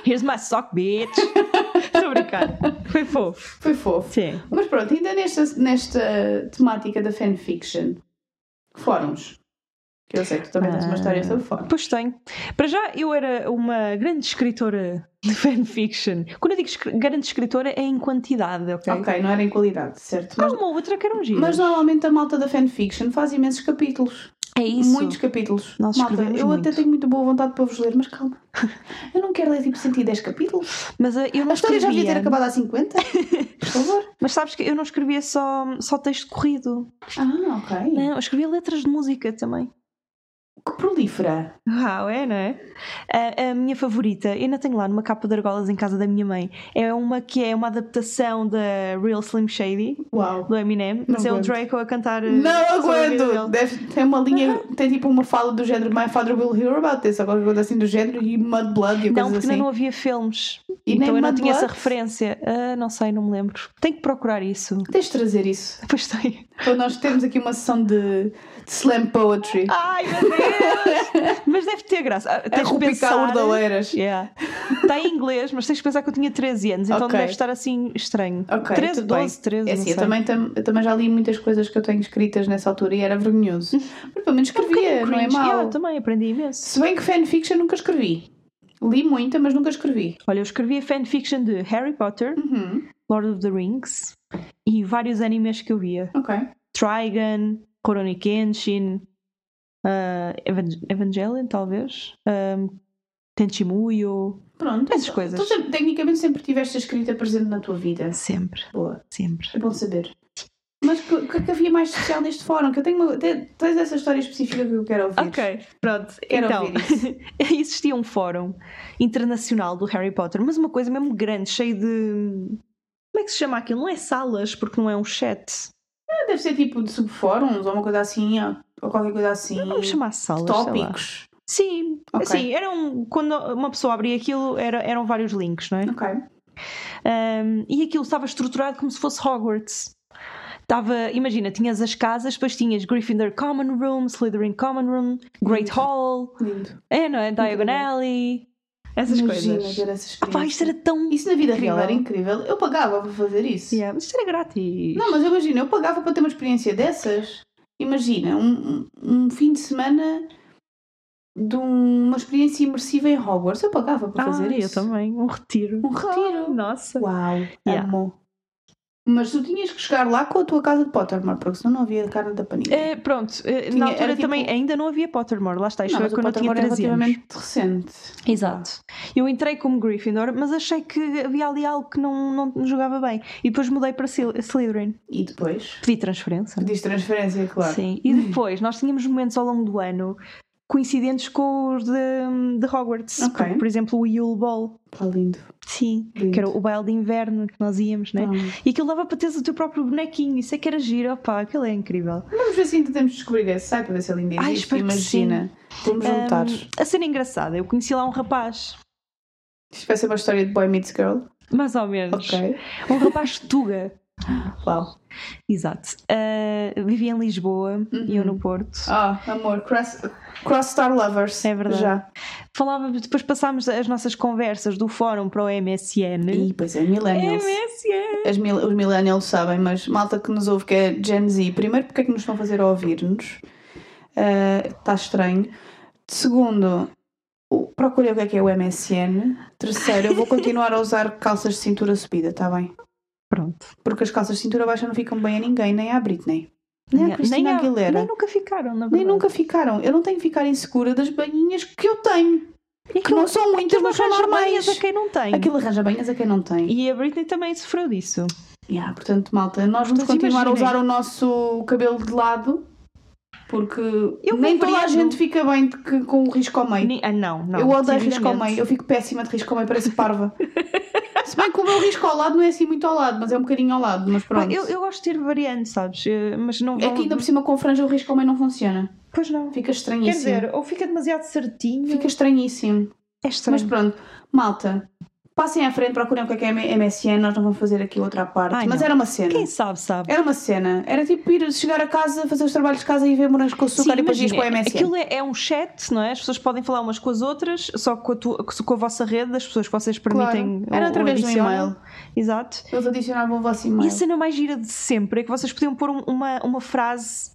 [SPEAKER 1] Here's my sock, bitch. Estou a brincar. Foi fofo.
[SPEAKER 2] Foi fofo.
[SPEAKER 1] Sim.
[SPEAKER 2] Mas pronto, ainda nesta, nesta temática da fanfiction, fóruns. Que eu sei que tu também tens uma
[SPEAKER 1] Ah.
[SPEAKER 2] história sobre fóruns.
[SPEAKER 1] Pois tenho. Para já, eu era uma grande escritora de fanfiction. Quando eu digo escr- grande escritora, é em quantidade, ok?
[SPEAKER 2] Ok, não era em qualidade, certo?
[SPEAKER 1] Há
[SPEAKER 2] Mas,
[SPEAKER 1] uma outra que era um giro.
[SPEAKER 2] mas normalmente a malta da fanfiction faz imensos capítulos.
[SPEAKER 1] é isso.
[SPEAKER 2] Muitos capítulos.
[SPEAKER 1] Nós
[SPEAKER 2] malta,
[SPEAKER 1] escrevemos
[SPEAKER 2] eu até
[SPEAKER 1] muito.
[SPEAKER 2] tenho muito boa vontade para vos ler, mas calma. Eu não quero ler tipo 110 capítulos.
[SPEAKER 1] Mas eh, eu não
[SPEAKER 2] A história já devia
[SPEAKER 1] escrevia.
[SPEAKER 2] ter acabado há 50. Por favor.
[SPEAKER 1] Mas sabes que eu não escrevia só, só texto corrido.
[SPEAKER 2] Ah, ok.
[SPEAKER 1] Não, eu escrevia letras de música também.
[SPEAKER 2] Que prolifera.
[SPEAKER 1] Uau, é, não é? A, a minha favorita, eu ainda tenho lá numa capa de argolas em casa da minha mãe, é uma que é uma adaptação da Real Slim Shady,
[SPEAKER 2] Uau.
[SPEAKER 1] do Eminem, mas é o
[SPEAKER 2] aguento.
[SPEAKER 1] Draco a cantar. eh,
[SPEAKER 2] Não
[SPEAKER 1] sobre a vida dele.
[SPEAKER 2] aguento! Deve, tem uma linha, tem tipo uma fala do género My Father Will Hear About This, ou qualquer coisa assim do género, e Mud Blood e
[SPEAKER 1] Não,
[SPEAKER 2] coisas
[SPEAKER 1] porque
[SPEAKER 2] assim.
[SPEAKER 1] ainda não havia filmes.
[SPEAKER 2] E
[SPEAKER 1] então
[SPEAKER 2] nem
[SPEAKER 1] eu não
[SPEAKER 2] Mad
[SPEAKER 1] tinha essa
[SPEAKER 2] Blood?
[SPEAKER 1] referência. Ah, não sei, não me lembro. Tenho que procurar isso.
[SPEAKER 2] Tens de trazer isso.
[SPEAKER 1] Depois tem.
[SPEAKER 2] Então nós temos aqui uma sessão de, de slam poetry.
[SPEAKER 1] Ai, meu Deus! mas deve ter graça. Ah,
[SPEAKER 2] a
[SPEAKER 1] Tens que
[SPEAKER 2] rupicar
[SPEAKER 1] pensar.
[SPEAKER 2] urdaleiras.
[SPEAKER 1] Yeah. Está em inglês, mas tens que pensar que eu tinha 13 anos, então
[SPEAKER 2] Ok.
[SPEAKER 1] deve estar assim estranho.
[SPEAKER 2] Ok,
[SPEAKER 1] 13,
[SPEAKER 2] tudo bem.
[SPEAKER 1] 12, 13,
[SPEAKER 2] É
[SPEAKER 1] não
[SPEAKER 2] assim, eu
[SPEAKER 1] sei.
[SPEAKER 2] também, tam- eu também já li muitas coisas que eu tenho escritas nessa altura e era vergonhoso. Mas pelo menos
[SPEAKER 1] É um bocadinho
[SPEAKER 2] escrevia, não é
[SPEAKER 1] cringe. Yeah,
[SPEAKER 2] mau.
[SPEAKER 1] eu também aprendi imenso.
[SPEAKER 2] Se bem que fanfiction nunca escrevi. Li muita, mas nunca escrevi.
[SPEAKER 1] Olha, eu escrevia fanfiction de Harry Potter,
[SPEAKER 2] Uhum.
[SPEAKER 1] Lord of the Rings e vários animes que eu via.
[SPEAKER 2] Ok.
[SPEAKER 1] Trigun, Koroni Kenshin, ah, Evan- Evangelion, talvez. Um, Tenchimuyo.
[SPEAKER 2] Pronto.
[SPEAKER 1] Essas coisas.
[SPEAKER 2] Tu sempre- tecnicamente sempre tiveste a escrita presente na tua vida.
[SPEAKER 1] Sempre,
[SPEAKER 2] Boa.
[SPEAKER 1] sempre.
[SPEAKER 2] É bom saber. Mas o que, que é que havia mais especial neste fórum? Que eu tenho uma, te- tens essa história específica que eu quero ouvir.
[SPEAKER 1] Ok, pronto.
[SPEAKER 2] Quero
[SPEAKER 1] então,
[SPEAKER 2] ouvir
[SPEAKER 1] existia um fórum internacional do Harry Potter, mas uma coisa mesmo grande, cheio de. Como é que se chama aquilo? Não é salas, porque não é um chat.
[SPEAKER 2] Ah, Deve ser tipo de subfóruns ou uma coisa assim, ou, ou qualquer coisa assim.
[SPEAKER 1] Vamos chamar salas. sei lá.
[SPEAKER 2] Tópicos.
[SPEAKER 1] Sim,
[SPEAKER 2] Ok.
[SPEAKER 1] assim, eram. Quando uma pessoa abria aquilo, era- eram vários links, não é?
[SPEAKER 2] Ok.
[SPEAKER 1] Um, e aquilo estava estruturado como se fosse Hogwarts. Estava, imagina, tinhas as casas, depois tinhas Gryffindor Common Room, Slytherin Common Room, Great Hall,
[SPEAKER 2] Lindo.
[SPEAKER 1] é, não é? Diagon Alley, essas
[SPEAKER 2] Imagina
[SPEAKER 1] coisas.
[SPEAKER 2] ter essa
[SPEAKER 1] Ah, pá, isto
[SPEAKER 2] experiência.
[SPEAKER 1] era tão.
[SPEAKER 2] Isso na vida
[SPEAKER 1] incrível.
[SPEAKER 2] real era incrível. Eu pagava para fazer isso.
[SPEAKER 1] Yeah, mas isto era grátis.
[SPEAKER 2] Não, mas imagina, eu pagava para ter uma experiência dessas. Imagina, um, um um fim de semana de um- uma experiência imersiva em Hogwarts. Eu pagava para fazer
[SPEAKER 1] ah,
[SPEAKER 2] isso.
[SPEAKER 1] eu também. Um retiro.
[SPEAKER 2] Um retiro.
[SPEAKER 1] Nossa.
[SPEAKER 2] Uau,
[SPEAKER 1] Yeah.
[SPEAKER 2] amo. Mas tu tinhas que chegar lá com a tua casa de Pottermore, porque senão não havia carne da panini.
[SPEAKER 1] Eh, pronto, eh,
[SPEAKER 2] Tinha-
[SPEAKER 1] na altura
[SPEAKER 2] era tipo-
[SPEAKER 1] também ainda não havia Pottermore, lá está, isto
[SPEAKER 2] não,
[SPEAKER 1] foi
[SPEAKER 2] mas o
[SPEAKER 1] quando eu tinha
[SPEAKER 2] Pottermore é
[SPEAKER 1] 13 anos.
[SPEAKER 2] relativamente recente.
[SPEAKER 1] Exato. Eu entrei como Gryffindor, mas achei que havia ali algo que não, não me jogava bem. E depois mudei para Sil- Slytherin.
[SPEAKER 2] E depois?
[SPEAKER 1] Pedi transferência. é?
[SPEAKER 2] Diz transferência, claro.
[SPEAKER 1] Sim. E depois nós tínhamos momentos ao longo do ano coincidentes com os de, de Hogwarts.
[SPEAKER 2] Ok.
[SPEAKER 1] Porque, por exemplo, o Yule Ball.
[SPEAKER 2] Está lindo.
[SPEAKER 1] Sim.
[SPEAKER 2] Lindo.
[SPEAKER 1] Que era o baile de inverno que nós íamos, né?
[SPEAKER 2] Ah.
[SPEAKER 1] E aquilo dava para teres o teu próprio bonequinho. Isso é que era giro, opá, aquilo é incrível.
[SPEAKER 2] Vamos ver se ainda temos de descobrir esse site para ver se ele ainda
[SPEAKER 1] Ai,
[SPEAKER 2] existe.
[SPEAKER 1] espero que
[SPEAKER 2] Imagina. Vamos juntar.
[SPEAKER 1] Ahm, a cena engraçada, eu conheci lá um rapaz,
[SPEAKER 2] Isto vai ser uma história de Boy Meets Girl.
[SPEAKER 1] mais ou menos.
[SPEAKER 2] Ok.
[SPEAKER 1] Um rapaz tuga.
[SPEAKER 2] Uau.
[SPEAKER 1] Exato. Uh, vivia em Lisboa e eu
[SPEAKER 2] Uhum.
[SPEAKER 1] no Porto.
[SPEAKER 2] Ah, amor. Cross, cross Star Lovers.
[SPEAKER 1] É verdade.
[SPEAKER 2] Já.
[SPEAKER 1] Falava, depois passámos as nossas conversas do fórum para o MSN.
[SPEAKER 2] E pois é, Millennials.
[SPEAKER 1] MSN!
[SPEAKER 2] As mil- os millennials sabem, mas malta que nos ouve que é Gen Z, primeiro porque é que nos estão a fazer ouvir-nos? Está estranho. Segundo, o- procurei o que é que é o MSN. Terceiro, eu vou continuar a usar calças de cintura subida, está bem?
[SPEAKER 1] Pronto.
[SPEAKER 2] Porque as calças de cintura baixa não ficam bem a ninguém, nem à Britney, nem à Cristina
[SPEAKER 1] há-
[SPEAKER 2] Aguilera.
[SPEAKER 1] nem nunca ficaram, na verdade.
[SPEAKER 2] nem nunca ficaram. Eu não tenho que ficar insegura das banhinhas que eu tenho.
[SPEAKER 1] E
[SPEAKER 2] Que não são muitas,
[SPEAKER 1] aquilo
[SPEAKER 2] mas são
[SPEAKER 1] arranja
[SPEAKER 2] normais.
[SPEAKER 1] manias a quem não tem.
[SPEAKER 2] Aquilo arranja banhas a quem não tem.
[SPEAKER 1] E a Britney também sofreu disso.
[SPEAKER 2] Yeah, portanto, malta, nós vamos
[SPEAKER 1] Portanto,
[SPEAKER 2] continuar
[SPEAKER 1] imaginem.
[SPEAKER 2] a usar o nosso cabelo de lado porque
[SPEAKER 1] Eu
[SPEAKER 2] nem toda a
[SPEAKER 1] compreendo.
[SPEAKER 2] gente fica bem de que- com o risco ao meio.
[SPEAKER 1] Ni- Ah, não, não.
[SPEAKER 2] eu odeio
[SPEAKER 1] decididamente.
[SPEAKER 2] risco ao meio, eu fico péssima de risco ao meio, parece parva. Se bem que o meu risco ao lado não é assim muito ao lado, mas é um bocadinho ao lado, mas
[SPEAKER 1] Pá,
[SPEAKER 2] pronto.
[SPEAKER 1] Eu, eu gosto de ter variante, sabes? Eh, Mas não
[SPEAKER 2] É
[SPEAKER 1] vão-
[SPEAKER 2] que ainda por cima com franja o risco ao meio não funciona.
[SPEAKER 1] Pois não.
[SPEAKER 2] Fica
[SPEAKER 1] Quer
[SPEAKER 2] estranhíssimo.
[SPEAKER 1] dizer, ou fica demasiado certinho.
[SPEAKER 2] Fica estranhíssimo.
[SPEAKER 1] É
[SPEAKER 2] Mas
[SPEAKER 1] estranho.
[SPEAKER 2] pronto, malta, passem à frente, procurem o que é que é MSN, nós não vamos fazer aqui outra parte.
[SPEAKER 1] Ai,
[SPEAKER 2] mas
[SPEAKER 1] não.
[SPEAKER 2] era uma cena.
[SPEAKER 1] Quem sabe, sabe.
[SPEAKER 2] Era uma cena. Era tipo ir chegar a casa, fazer os trabalhos de casa e ver morangos com É açúcar e depois ires para o MSN.
[SPEAKER 1] Aquilo é, é um chat, não é? As pessoas podem falar umas com as outras, só com a, tua- com a vossa rede, das pessoas que vocês permitem.
[SPEAKER 2] Era
[SPEAKER 1] ou-
[SPEAKER 2] através
[SPEAKER 1] ou
[SPEAKER 2] do
[SPEAKER 1] adicionam.
[SPEAKER 2] e-mail.
[SPEAKER 1] Exato.
[SPEAKER 2] Eles adicionavam o vosso
[SPEAKER 1] E
[SPEAKER 2] e-mail.
[SPEAKER 1] a cena mais gira de sempre é que vocês podiam pôr um- uma, uma frase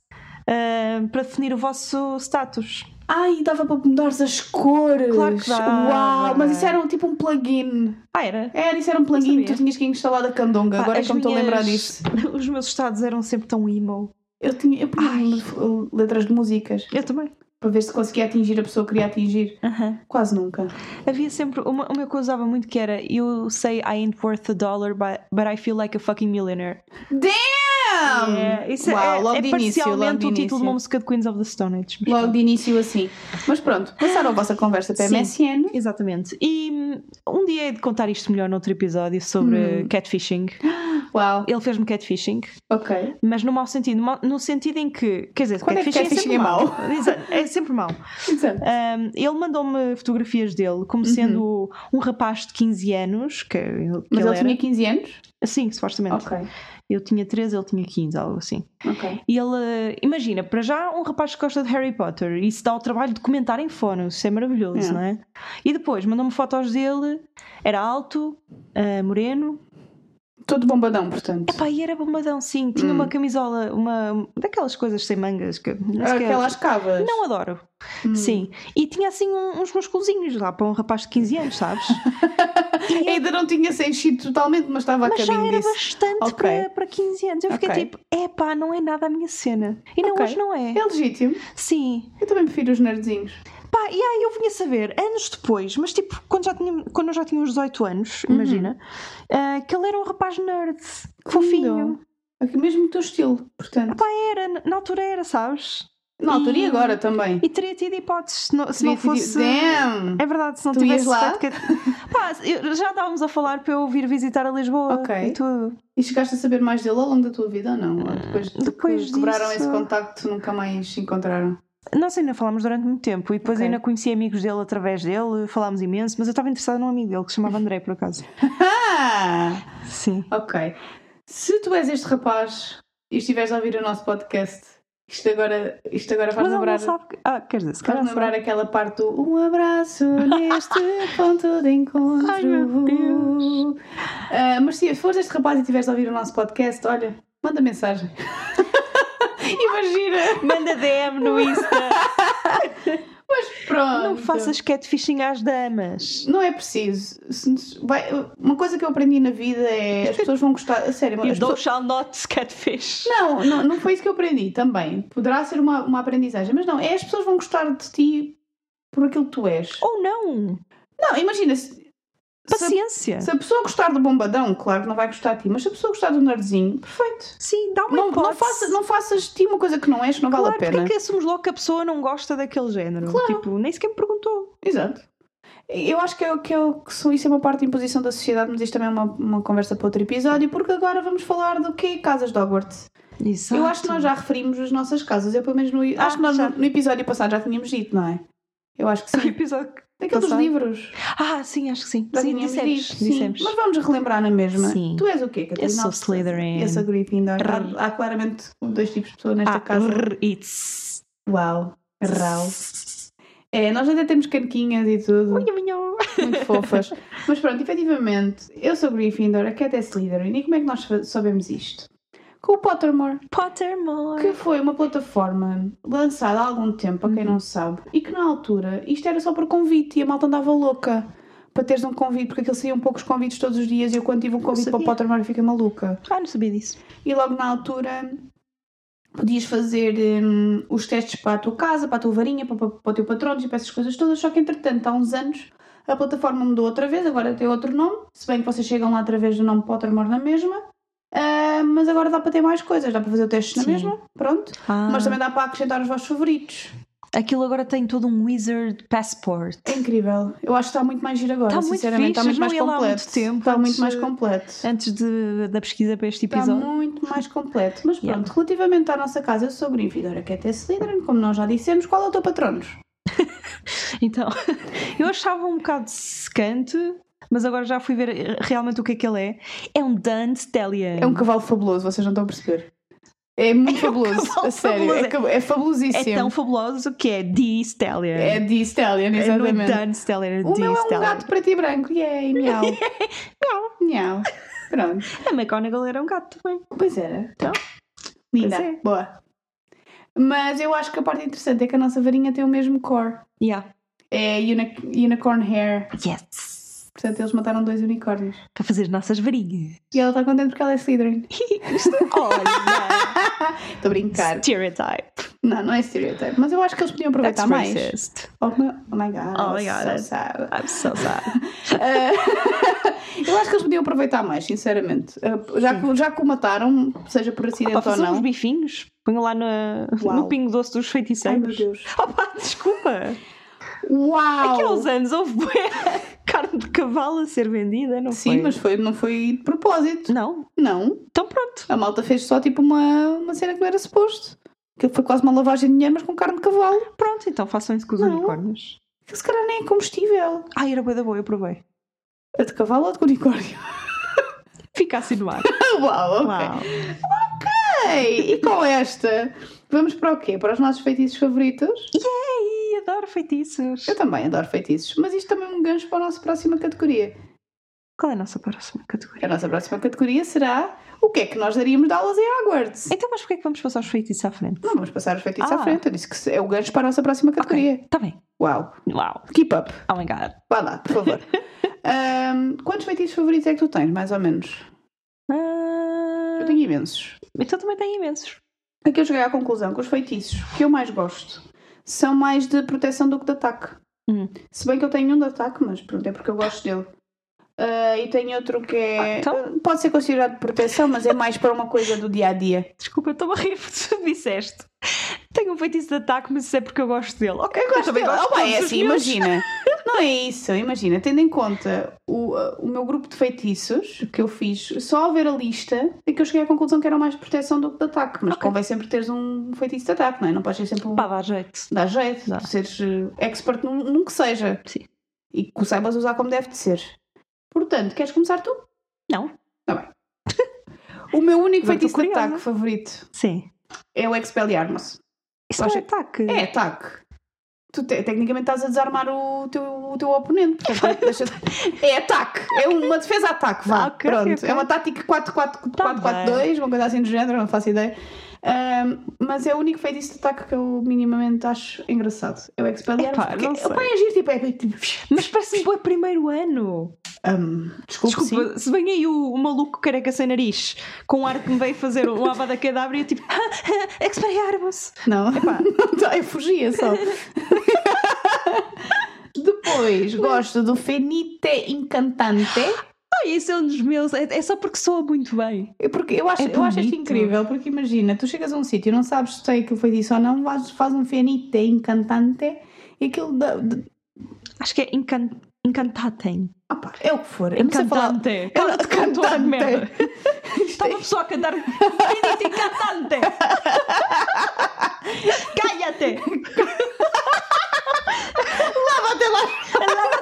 [SPEAKER 1] ah, para definir o vosso status.
[SPEAKER 2] Ai, dava para mudares as cores.
[SPEAKER 1] é- Claro que dava.
[SPEAKER 2] Uau, mas isso era um, tipo um plugin.
[SPEAKER 1] Ah, era?
[SPEAKER 2] Era, isso era um plugin,
[SPEAKER 1] sabia.
[SPEAKER 2] tu tinhas que instalar da Candonga.
[SPEAKER 1] Pá,
[SPEAKER 2] Agora é
[SPEAKER 1] as
[SPEAKER 2] que eu me estou a lembrar
[SPEAKER 1] minhas-
[SPEAKER 2] disso.
[SPEAKER 1] Os meus estados eram sempre tão emo.
[SPEAKER 2] Eu, tinha, eu punha uh, letras de músicas
[SPEAKER 1] Eu também.
[SPEAKER 2] para ver se conseguia atingir a pessoa que queria atingir.
[SPEAKER 1] Aham.
[SPEAKER 2] Quase nunca.
[SPEAKER 1] Havia sempre uma, uma que eu usava muito que era You say I ain't worth a dollar, but, but I feel like a fucking millionaire.
[SPEAKER 2] Damn!
[SPEAKER 1] É, isso
[SPEAKER 2] Uau,
[SPEAKER 1] é,
[SPEAKER 2] logo
[SPEAKER 1] é
[SPEAKER 2] de início,
[SPEAKER 1] parcialmente
[SPEAKER 2] logo de
[SPEAKER 1] o título de uma
[SPEAKER 2] início.
[SPEAKER 1] música de Queens of the Stone Age. mas
[SPEAKER 2] Logo de início assim. Mas pronto, passaram a vossa conversa para a
[SPEAKER 1] Sim.
[SPEAKER 2] MSN.
[SPEAKER 1] Exatamente. E hum, um dia hei de contar isto melhor noutro episódio sobre
[SPEAKER 2] Hum.
[SPEAKER 1] catfishing.
[SPEAKER 2] Uau,
[SPEAKER 1] Ele fez-me catfishing,
[SPEAKER 2] ok.
[SPEAKER 1] mas no mau sentido. mau- No sentido em que. Quer dizer,
[SPEAKER 2] Quando é que
[SPEAKER 1] catfishing é,
[SPEAKER 2] catfishing
[SPEAKER 1] sempre
[SPEAKER 2] é
[SPEAKER 1] mau.
[SPEAKER 2] mau?
[SPEAKER 1] Exato, é sempre mau.
[SPEAKER 2] Exato.
[SPEAKER 1] Hum, ele mandou-me fotografias dele como
[SPEAKER 2] Uhum.
[SPEAKER 1] sendo um rapaz de 15 anos, que, ele- que
[SPEAKER 2] Mas
[SPEAKER 1] ele
[SPEAKER 2] ele
[SPEAKER 1] era.
[SPEAKER 2] tinha 15 anos?
[SPEAKER 1] Sim, supostamente.
[SPEAKER 2] Ok,
[SPEAKER 1] Eu tinha 13, ele tinha 15, algo assim.
[SPEAKER 2] ok.
[SPEAKER 1] E ele, eh, imagina, para já um rapaz que gosta de Harry Potter e se dá o trabalho de comentar em fone, isso é maravilhoso,
[SPEAKER 2] É.
[SPEAKER 1] não é? E depois mandou-me fotos dele, era alto, eh, moreno,
[SPEAKER 2] Todo bombadão, portanto.
[SPEAKER 1] Epá, e era bombadão, sim, tinha
[SPEAKER 2] Hum.
[SPEAKER 1] uma camisola, uma daquelas coisas sem mangas que não, sei o que é.
[SPEAKER 2] Aquelas cavas.
[SPEAKER 1] não adoro,
[SPEAKER 2] Hum.
[SPEAKER 1] sim. E tinha assim um- uns musculozinhos lá para um rapaz de 15 anos, sabes? E
[SPEAKER 2] Ainda não tinha se enchido totalmente, mas estava a
[SPEAKER 1] Mas já
[SPEAKER 2] caminho
[SPEAKER 1] era
[SPEAKER 2] disso.
[SPEAKER 1] bastante
[SPEAKER 2] Ok.
[SPEAKER 1] para, para 15 anos. Eu fiquei
[SPEAKER 2] Ok.
[SPEAKER 1] tipo, epá, não é nada a minha cena. E não,
[SPEAKER 2] Ok.
[SPEAKER 1] hoje não é.
[SPEAKER 2] É legítimo.
[SPEAKER 1] Sim.
[SPEAKER 2] Eu também prefiro os nerdzinhos.
[SPEAKER 1] Pá, e aí eu vinha saber, anos depois, mas tipo, quando, já tinha, quando eu já tinha uns 18 anos, imagina, ah, que ele era um rapaz nerd, fofinho.
[SPEAKER 2] Uhum. Lindo. Aqui mesmo o teu estilo, portanto.
[SPEAKER 1] Pá, era, na altura era, sabes?
[SPEAKER 2] Na altura e
[SPEAKER 1] e-
[SPEAKER 2] agora também.
[SPEAKER 1] E teria tido hipóteses se não, se não
[SPEAKER 2] Devia ter
[SPEAKER 1] fosse.
[SPEAKER 2] dito, Damn!
[SPEAKER 1] É verdade, se não
[SPEAKER 2] Tu
[SPEAKER 1] tivesse
[SPEAKER 2] ias lá?
[SPEAKER 1] estado que- Pá, eu- já estávamos a falar para eu vir visitar a Lisboa
[SPEAKER 2] Ok.
[SPEAKER 1] e tudo.
[SPEAKER 2] E chegaste a saber mais dele ao longo da tua vida ou não? Ou Depois, de
[SPEAKER 1] depois
[SPEAKER 2] que quebraram
[SPEAKER 1] disso-
[SPEAKER 2] esse contacto, nunca mais se encontraram.
[SPEAKER 1] Nós ainda falámos durante muito tempo e depois
[SPEAKER 2] Ok.
[SPEAKER 1] ainda conheci amigos dele através dele, falámos imenso, mas eu estava interessada num amigo dele que se chamava André, por acaso.
[SPEAKER 2] Ah!
[SPEAKER 1] Sim.
[SPEAKER 2] Ok. Se tu és este rapaz e estiveres a ouvir o nosso podcast, isto agora, isto agora faz
[SPEAKER 1] Mas ele
[SPEAKER 2] lembrar.
[SPEAKER 1] não sabe. que- Ah, quer dizer, se
[SPEAKER 2] Faz
[SPEAKER 1] calhar.
[SPEAKER 2] lembrar
[SPEAKER 1] sabe.
[SPEAKER 2] aquela parte do um abraço neste ponto de encontro.
[SPEAKER 1] Ai, meu Deus.
[SPEAKER 2] Ah, mas se fores este rapaz e estiveres a ouvir o nosso podcast, olha, manda mensagem. Imagina!
[SPEAKER 1] Manda DM no Insta.
[SPEAKER 2] Mas pronto.
[SPEAKER 1] não faças catfishing às damas.
[SPEAKER 2] Não é preciso. Se nos- vai- Uma coisa que eu aprendi na vida é as pessoas vão gostar. a Sério,
[SPEAKER 1] You
[SPEAKER 2] as pessoas...
[SPEAKER 1] don't shall not catfish.
[SPEAKER 2] Não, não, não foi isso que eu aprendi também. Poderá ser uma, uma aprendizagem, mas não, é as pessoas vão gostar de ti por aquilo que tu és.
[SPEAKER 1] Ou não.
[SPEAKER 2] Não, imagina se. se a-
[SPEAKER 1] Paciência.
[SPEAKER 2] Se a pessoa gostar do bombadão, claro que não vai gostar de ti, mas se a pessoa gostar do nerdzinho, perfeito.
[SPEAKER 1] Sim, dá uma
[SPEAKER 2] Não,
[SPEAKER 1] hipótese.
[SPEAKER 2] não, faça, não faças de ti uma coisa que não és, que não
[SPEAKER 1] Claro,
[SPEAKER 2] vale a
[SPEAKER 1] porque
[SPEAKER 2] pena.
[SPEAKER 1] é que assumes logo que a pessoa não gosta daquele género?
[SPEAKER 2] Claro.
[SPEAKER 1] Tipo, nem sequer me perguntou.
[SPEAKER 2] Exato. Eu acho que, é, o- que, é, o- que são- isso é uma parte de imposição da sociedade, mas isto também é uma, uma conversa para outro episódio, porque agora vamos falar do que Casas de Hogwarts.
[SPEAKER 1] Exato.
[SPEAKER 2] Eu acho que nós já referimos as nossas casas, eu pelo menos no,
[SPEAKER 1] Ah,
[SPEAKER 2] acho que nós
[SPEAKER 1] já.
[SPEAKER 2] no, no episódio passado já tínhamos dito, não é? Eu acho que
[SPEAKER 1] O
[SPEAKER 2] sim.
[SPEAKER 1] episódio que-
[SPEAKER 2] Daquele dos
[SPEAKER 1] passado?
[SPEAKER 2] livros.
[SPEAKER 1] Ah, sim, acho que sim.
[SPEAKER 2] Já
[SPEAKER 1] sim,
[SPEAKER 2] tínhamos
[SPEAKER 1] dissemos.
[SPEAKER 2] dito, sim.
[SPEAKER 1] dissemos.
[SPEAKER 2] Mas vamos relembrar na mesma.
[SPEAKER 1] Sim.
[SPEAKER 2] Tu és o quê, Catarina?
[SPEAKER 1] Eu sou
[SPEAKER 2] Não, tu-
[SPEAKER 1] Slytherin.
[SPEAKER 2] Eu sou Gryffindor.
[SPEAKER 1] Rrr.
[SPEAKER 2] Há, há claramente um, dois tipos de pessoa nesta
[SPEAKER 1] Ah,
[SPEAKER 2] casa.
[SPEAKER 1] rrr, it's.
[SPEAKER 2] Uau. Rau. É, nós até temos canquinhas e tudo.
[SPEAKER 1] Minha, minha.
[SPEAKER 2] Muito fofas. Mas pronto, efetivamente, eu sou Gryffindor, a Cat é Slytherin. E como é que nós fa- soubemos isto? Com o Pottermore,
[SPEAKER 1] Pottermore.
[SPEAKER 2] que foi uma plataforma lançada há algum tempo, para quem
[SPEAKER 1] Uhum.
[SPEAKER 2] não sabe, e que na altura isto era só por convite e a malta andava louca para teres um convite, porque aquilo saíam poucos convites todos os dias e eu quando tive um convite para o
[SPEAKER 1] sabia.
[SPEAKER 2] Pottermore fiquei maluca.
[SPEAKER 1] Ah, não sabia disso.
[SPEAKER 2] E logo na altura podias fazer hum, os testes para a tua casa, para a tua varinha, para, para- para o teu patrono e para essas coisas todas, só que entretanto há uns anos a plataforma mudou outra vez, agora tem outro nome, se bem que vocês chegam lá através do nome Pottermore na mesma, ah, mas agora dá para ter mais coisas, dá para fazer o teste na
[SPEAKER 1] Sim.
[SPEAKER 2] mesma, pronto,
[SPEAKER 1] Ah.
[SPEAKER 2] mas também dá para acrescentar os vossos favoritos.
[SPEAKER 1] Aquilo agora tem todo um Wizard Passport.
[SPEAKER 2] É incrível. Eu acho que está muito mais giro agora,
[SPEAKER 1] Está muito
[SPEAKER 2] sinceramente.
[SPEAKER 1] fixe,
[SPEAKER 2] está muito
[SPEAKER 1] não
[SPEAKER 2] mais
[SPEAKER 1] ia lá há
[SPEAKER 2] completo.
[SPEAKER 1] muito tempo,
[SPEAKER 2] está
[SPEAKER 1] antes-
[SPEAKER 2] muito mais completo.
[SPEAKER 1] Antes de- da pesquisa para este
[SPEAKER 2] Está
[SPEAKER 1] episódio.
[SPEAKER 2] muito mais completo. Mas pronto,
[SPEAKER 1] Yeah.
[SPEAKER 2] relativamente à nossa casa, eu sou Grinfidora, que é até Slytherin, como nós já dissemos. Qual é o teu patronos?
[SPEAKER 1] Então, eu achava um bocado secante, mas agora já fui ver eh, realmente o que é que ele é. É um Dan Stallion.
[SPEAKER 2] É um cavalo fabuloso, vocês não estão a perceber. É muito fabuloso,
[SPEAKER 1] cavalo
[SPEAKER 2] a sério.
[SPEAKER 1] fabuloso.
[SPEAKER 2] É, cab- é
[SPEAKER 1] É
[SPEAKER 2] fabulosíssimo.
[SPEAKER 1] tão fabuloso que é D Stallion.
[SPEAKER 2] É de Stallion,
[SPEAKER 1] É, não é
[SPEAKER 2] exatamente.
[SPEAKER 1] Dan Stallion, é
[SPEAKER 2] o
[SPEAKER 1] D
[SPEAKER 2] meu é um
[SPEAKER 1] Stallion.
[SPEAKER 2] gato preto e branco. Yay, miau. miau. Pronto.
[SPEAKER 1] A McGonagall era um gato também.
[SPEAKER 2] Pois era.
[SPEAKER 1] Então,
[SPEAKER 2] Linda.
[SPEAKER 1] pois é.
[SPEAKER 2] Boa. Mas eu acho que a parte interessante é que a nossa varinha tem o mesmo cor.
[SPEAKER 1] Yeah.
[SPEAKER 2] É uni- unicorn hair.
[SPEAKER 1] Yes.
[SPEAKER 2] Portanto, eles mataram dois unicórnios.
[SPEAKER 1] Para fazer as nossas varinhas.
[SPEAKER 2] E ela está contente porque ela é Slytherin.
[SPEAKER 1] Olha.
[SPEAKER 2] Estou a brincar.
[SPEAKER 1] Stereotype.
[SPEAKER 2] Não, não é estereótipo. Mas eu acho que eles podiam
[SPEAKER 1] That's
[SPEAKER 2] aproveitar mais.
[SPEAKER 1] racist.
[SPEAKER 2] Oh my, oh my god.
[SPEAKER 1] Oh my
[SPEAKER 2] that's
[SPEAKER 1] God.
[SPEAKER 2] So sad.
[SPEAKER 1] I'm so sad.
[SPEAKER 2] Eh, eu acho que eles podiam aproveitar mais, sinceramente. Eh, já, que, já que o mataram, seja por acidente
[SPEAKER 1] Pá,
[SPEAKER 2] ou
[SPEAKER 1] façam
[SPEAKER 2] não.
[SPEAKER 1] uns bifinhos. Ponham lá no,
[SPEAKER 2] Uau.
[SPEAKER 1] no pingo doce dos
[SPEAKER 2] Ai meu
[SPEAKER 1] feiticeiros.
[SPEAKER 2] Deus.
[SPEAKER 1] Opa, desculpa.
[SPEAKER 2] Uau!
[SPEAKER 1] Aqui há uns anos houve bué carne de cavalo a ser vendida, não
[SPEAKER 2] Sim,
[SPEAKER 1] foi?
[SPEAKER 2] mas foi, não foi de propósito.
[SPEAKER 1] Não,
[SPEAKER 2] Não.
[SPEAKER 1] então pronto.
[SPEAKER 2] A malta fez só tipo uma, uma cena que não era suposto. Que foi quase uma lavagem de dinheiro, mas com carne de cavalo.
[SPEAKER 1] Pronto, então façam isso com os
[SPEAKER 2] Não.
[SPEAKER 1] unicórnios.
[SPEAKER 2] Que se calhar nem é comestível.
[SPEAKER 1] Ai, era bué da boa, eu provei.
[SPEAKER 2] É de cavalo ou de unicórnio?
[SPEAKER 1] Fica assim no ar.
[SPEAKER 2] Uau, ok.
[SPEAKER 1] Uau.
[SPEAKER 2] Ei, e com esta, vamos para o quê? Para os nossos feitiços favoritos?
[SPEAKER 1] Ai, adoro feitiços.
[SPEAKER 2] Eu também adoro feitiços, mas isto também é um gancho para a nossa próxima categoria.
[SPEAKER 1] Qual é a nossa próxima
[SPEAKER 2] A
[SPEAKER 1] categoria?
[SPEAKER 2] nossa próxima categoria será o que é que nós daríamos de aulas em Hogwarts?
[SPEAKER 1] Então, mas porquê é que vamos passar os feitiços à frente?
[SPEAKER 2] Não vamos passar os feitiços
[SPEAKER 1] Ah.
[SPEAKER 2] à frente, eu disse que é o gancho para a nossa próxima categoria.
[SPEAKER 1] Tá bem.
[SPEAKER 2] Uau,
[SPEAKER 1] Uau.
[SPEAKER 2] keep up,
[SPEAKER 1] Oh my god.
[SPEAKER 2] vá lá, por favor. Ahm, quantos feitiços favoritos é que tu tens, mais ou menos?
[SPEAKER 1] Ah,
[SPEAKER 2] Eu tenho imensos.
[SPEAKER 1] Então também tem imensos.
[SPEAKER 2] Aqui eu cheguei à conclusão que os feitiços que eu mais gosto são mais de proteção do que de ataque.
[SPEAKER 1] Hum.
[SPEAKER 2] Se bem que eu tenho um de ataque, mas pronto, é porque eu gosto dele. Ah, e tenho outro que é.
[SPEAKER 1] Ah, então?
[SPEAKER 2] Pode ser considerado de proteção, mas é mais para uma coisa do dia a dia.
[SPEAKER 1] Desculpa, eu estou a rir porque tu disseste. Tenho um feitiço de ataque, mas isso é porque eu gosto dele. Ok,
[SPEAKER 2] Eu gosto
[SPEAKER 1] também
[SPEAKER 2] dele.
[SPEAKER 1] gosto
[SPEAKER 2] Oh, bem,
[SPEAKER 1] de
[SPEAKER 2] é
[SPEAKER 1] todos os
[SPEAKER 2] assim,
[SPEAKER 1] meus.
[SPEAKER 2] imagina. Não é isso, imagina. Tendo em conta o, uh, o meu grupo de feitiços que eu fiz, só ao ver a lista é que eu cheguei à conclusão que era mais de proteção do que de ataque. Mas
[SPEAKER 1] Ok.
[SPEAKER 2] convém sempre teres um feitiço de ataque, não é? Não podes ser sempre um.
[SPEAKER 1] Pá, dá jeito.
[SPEAKER 2] Dá jeito,
[SPEAKER 1] Dá.
[SPEAKER 2] de seres uh, expert num, num que seja.
[SPEAKER 1] Sim.
[SPEAKER 2] E que o saibas usar como deve de ser. Portanto, queres começar tu?
[SPEAKER 1] Não?
[SPEAKER 2] O meu único
[SPEAKER 1] Agora
[SPEAKER 2] feitiço
[SPEAKER 1] estou
[SPEAKER 2] de
[SPEAKER 1] curiosa.
[SPEAKER 2] ataque favorito
[SPEAKER 1] Sim.
[SPEAKER 2] é o Expelliarmus.
[SPEAKER 1] Isso
[SPEAKER 2] Acho
[SPEAKER 1] não é ataque.
[SPEAKER 2] É ataque. Tu te- tecnicamente estás a desarmar o teu, o teu oponente. portanto, deixa- é ataque. É uma defesa-ataque, vá.
[SPEAKER 1] Ah, Ok,
[SPEAKER 2] Pronto.
[SPEAKER 1] ok. Tá
[SPEAKER 2] É uma tática 4-4-4-4-2, uma coisa assim do género, não faço ideia. Ahm, mas é o único feitiço de ataque que eu minimamente acho engraçado. É o Expelliarmus.
[SPEAKER 1] Epá,
[SPEAKER 2] porque
[SPEAKER 1] não sei.
[SPEAKER 2] ele vai agir tipo... É, tipo
[SPEAKER 1] Mas parece-me bué primeiro ano.
[SPEAKER 2] ahm, desculpe, sim.
[SPEAKER 1] Desculpa, se vem aí o, o maluco careca sem nariz com um ar que me veio fazer um abada cadáver e eu tipo, expelharmos.
[SPEAKER 2] Não, não dá, eu fugia só. Depois, gosto do Fenite Encantante.
[SPEAKER 1] Ah, esse é um dos meus, é, é só porque soa muito bem.
[SPEAKER 2] Eu- Porque eu acho,
[SPEAKER 1] É
[SPEAKER 2] eu acho isto
[SPEAKER 1] bonito.
[SPEAKER 2] incrível, porque imagina, tu chegas a um sítio, não sabes se tem aquilo feitiço ou não, faz, faz um fenite encantante e aquilo dá. de-
[SPEAKER 1] Acho que é encan, encantatem.
[SPEAKER 2] Ah pá, é o que for. Eu não sei falar.
[SPEAKER 1] Encantante.
[SPEAKER 2] Eu não-
[SPEAKER 1] Cala-te com a tua
[SPEAKER 2] Cantante.
[SPEAKER 1] merda.
[SPEAKER 2] Isto
[SPEAKER 1] Está
[SPEAKER 2] é-
[SPEAKER 1] uma pessoa a cantar Benito encantante. Cállate.
[SPEAKER 2] Lava até lá!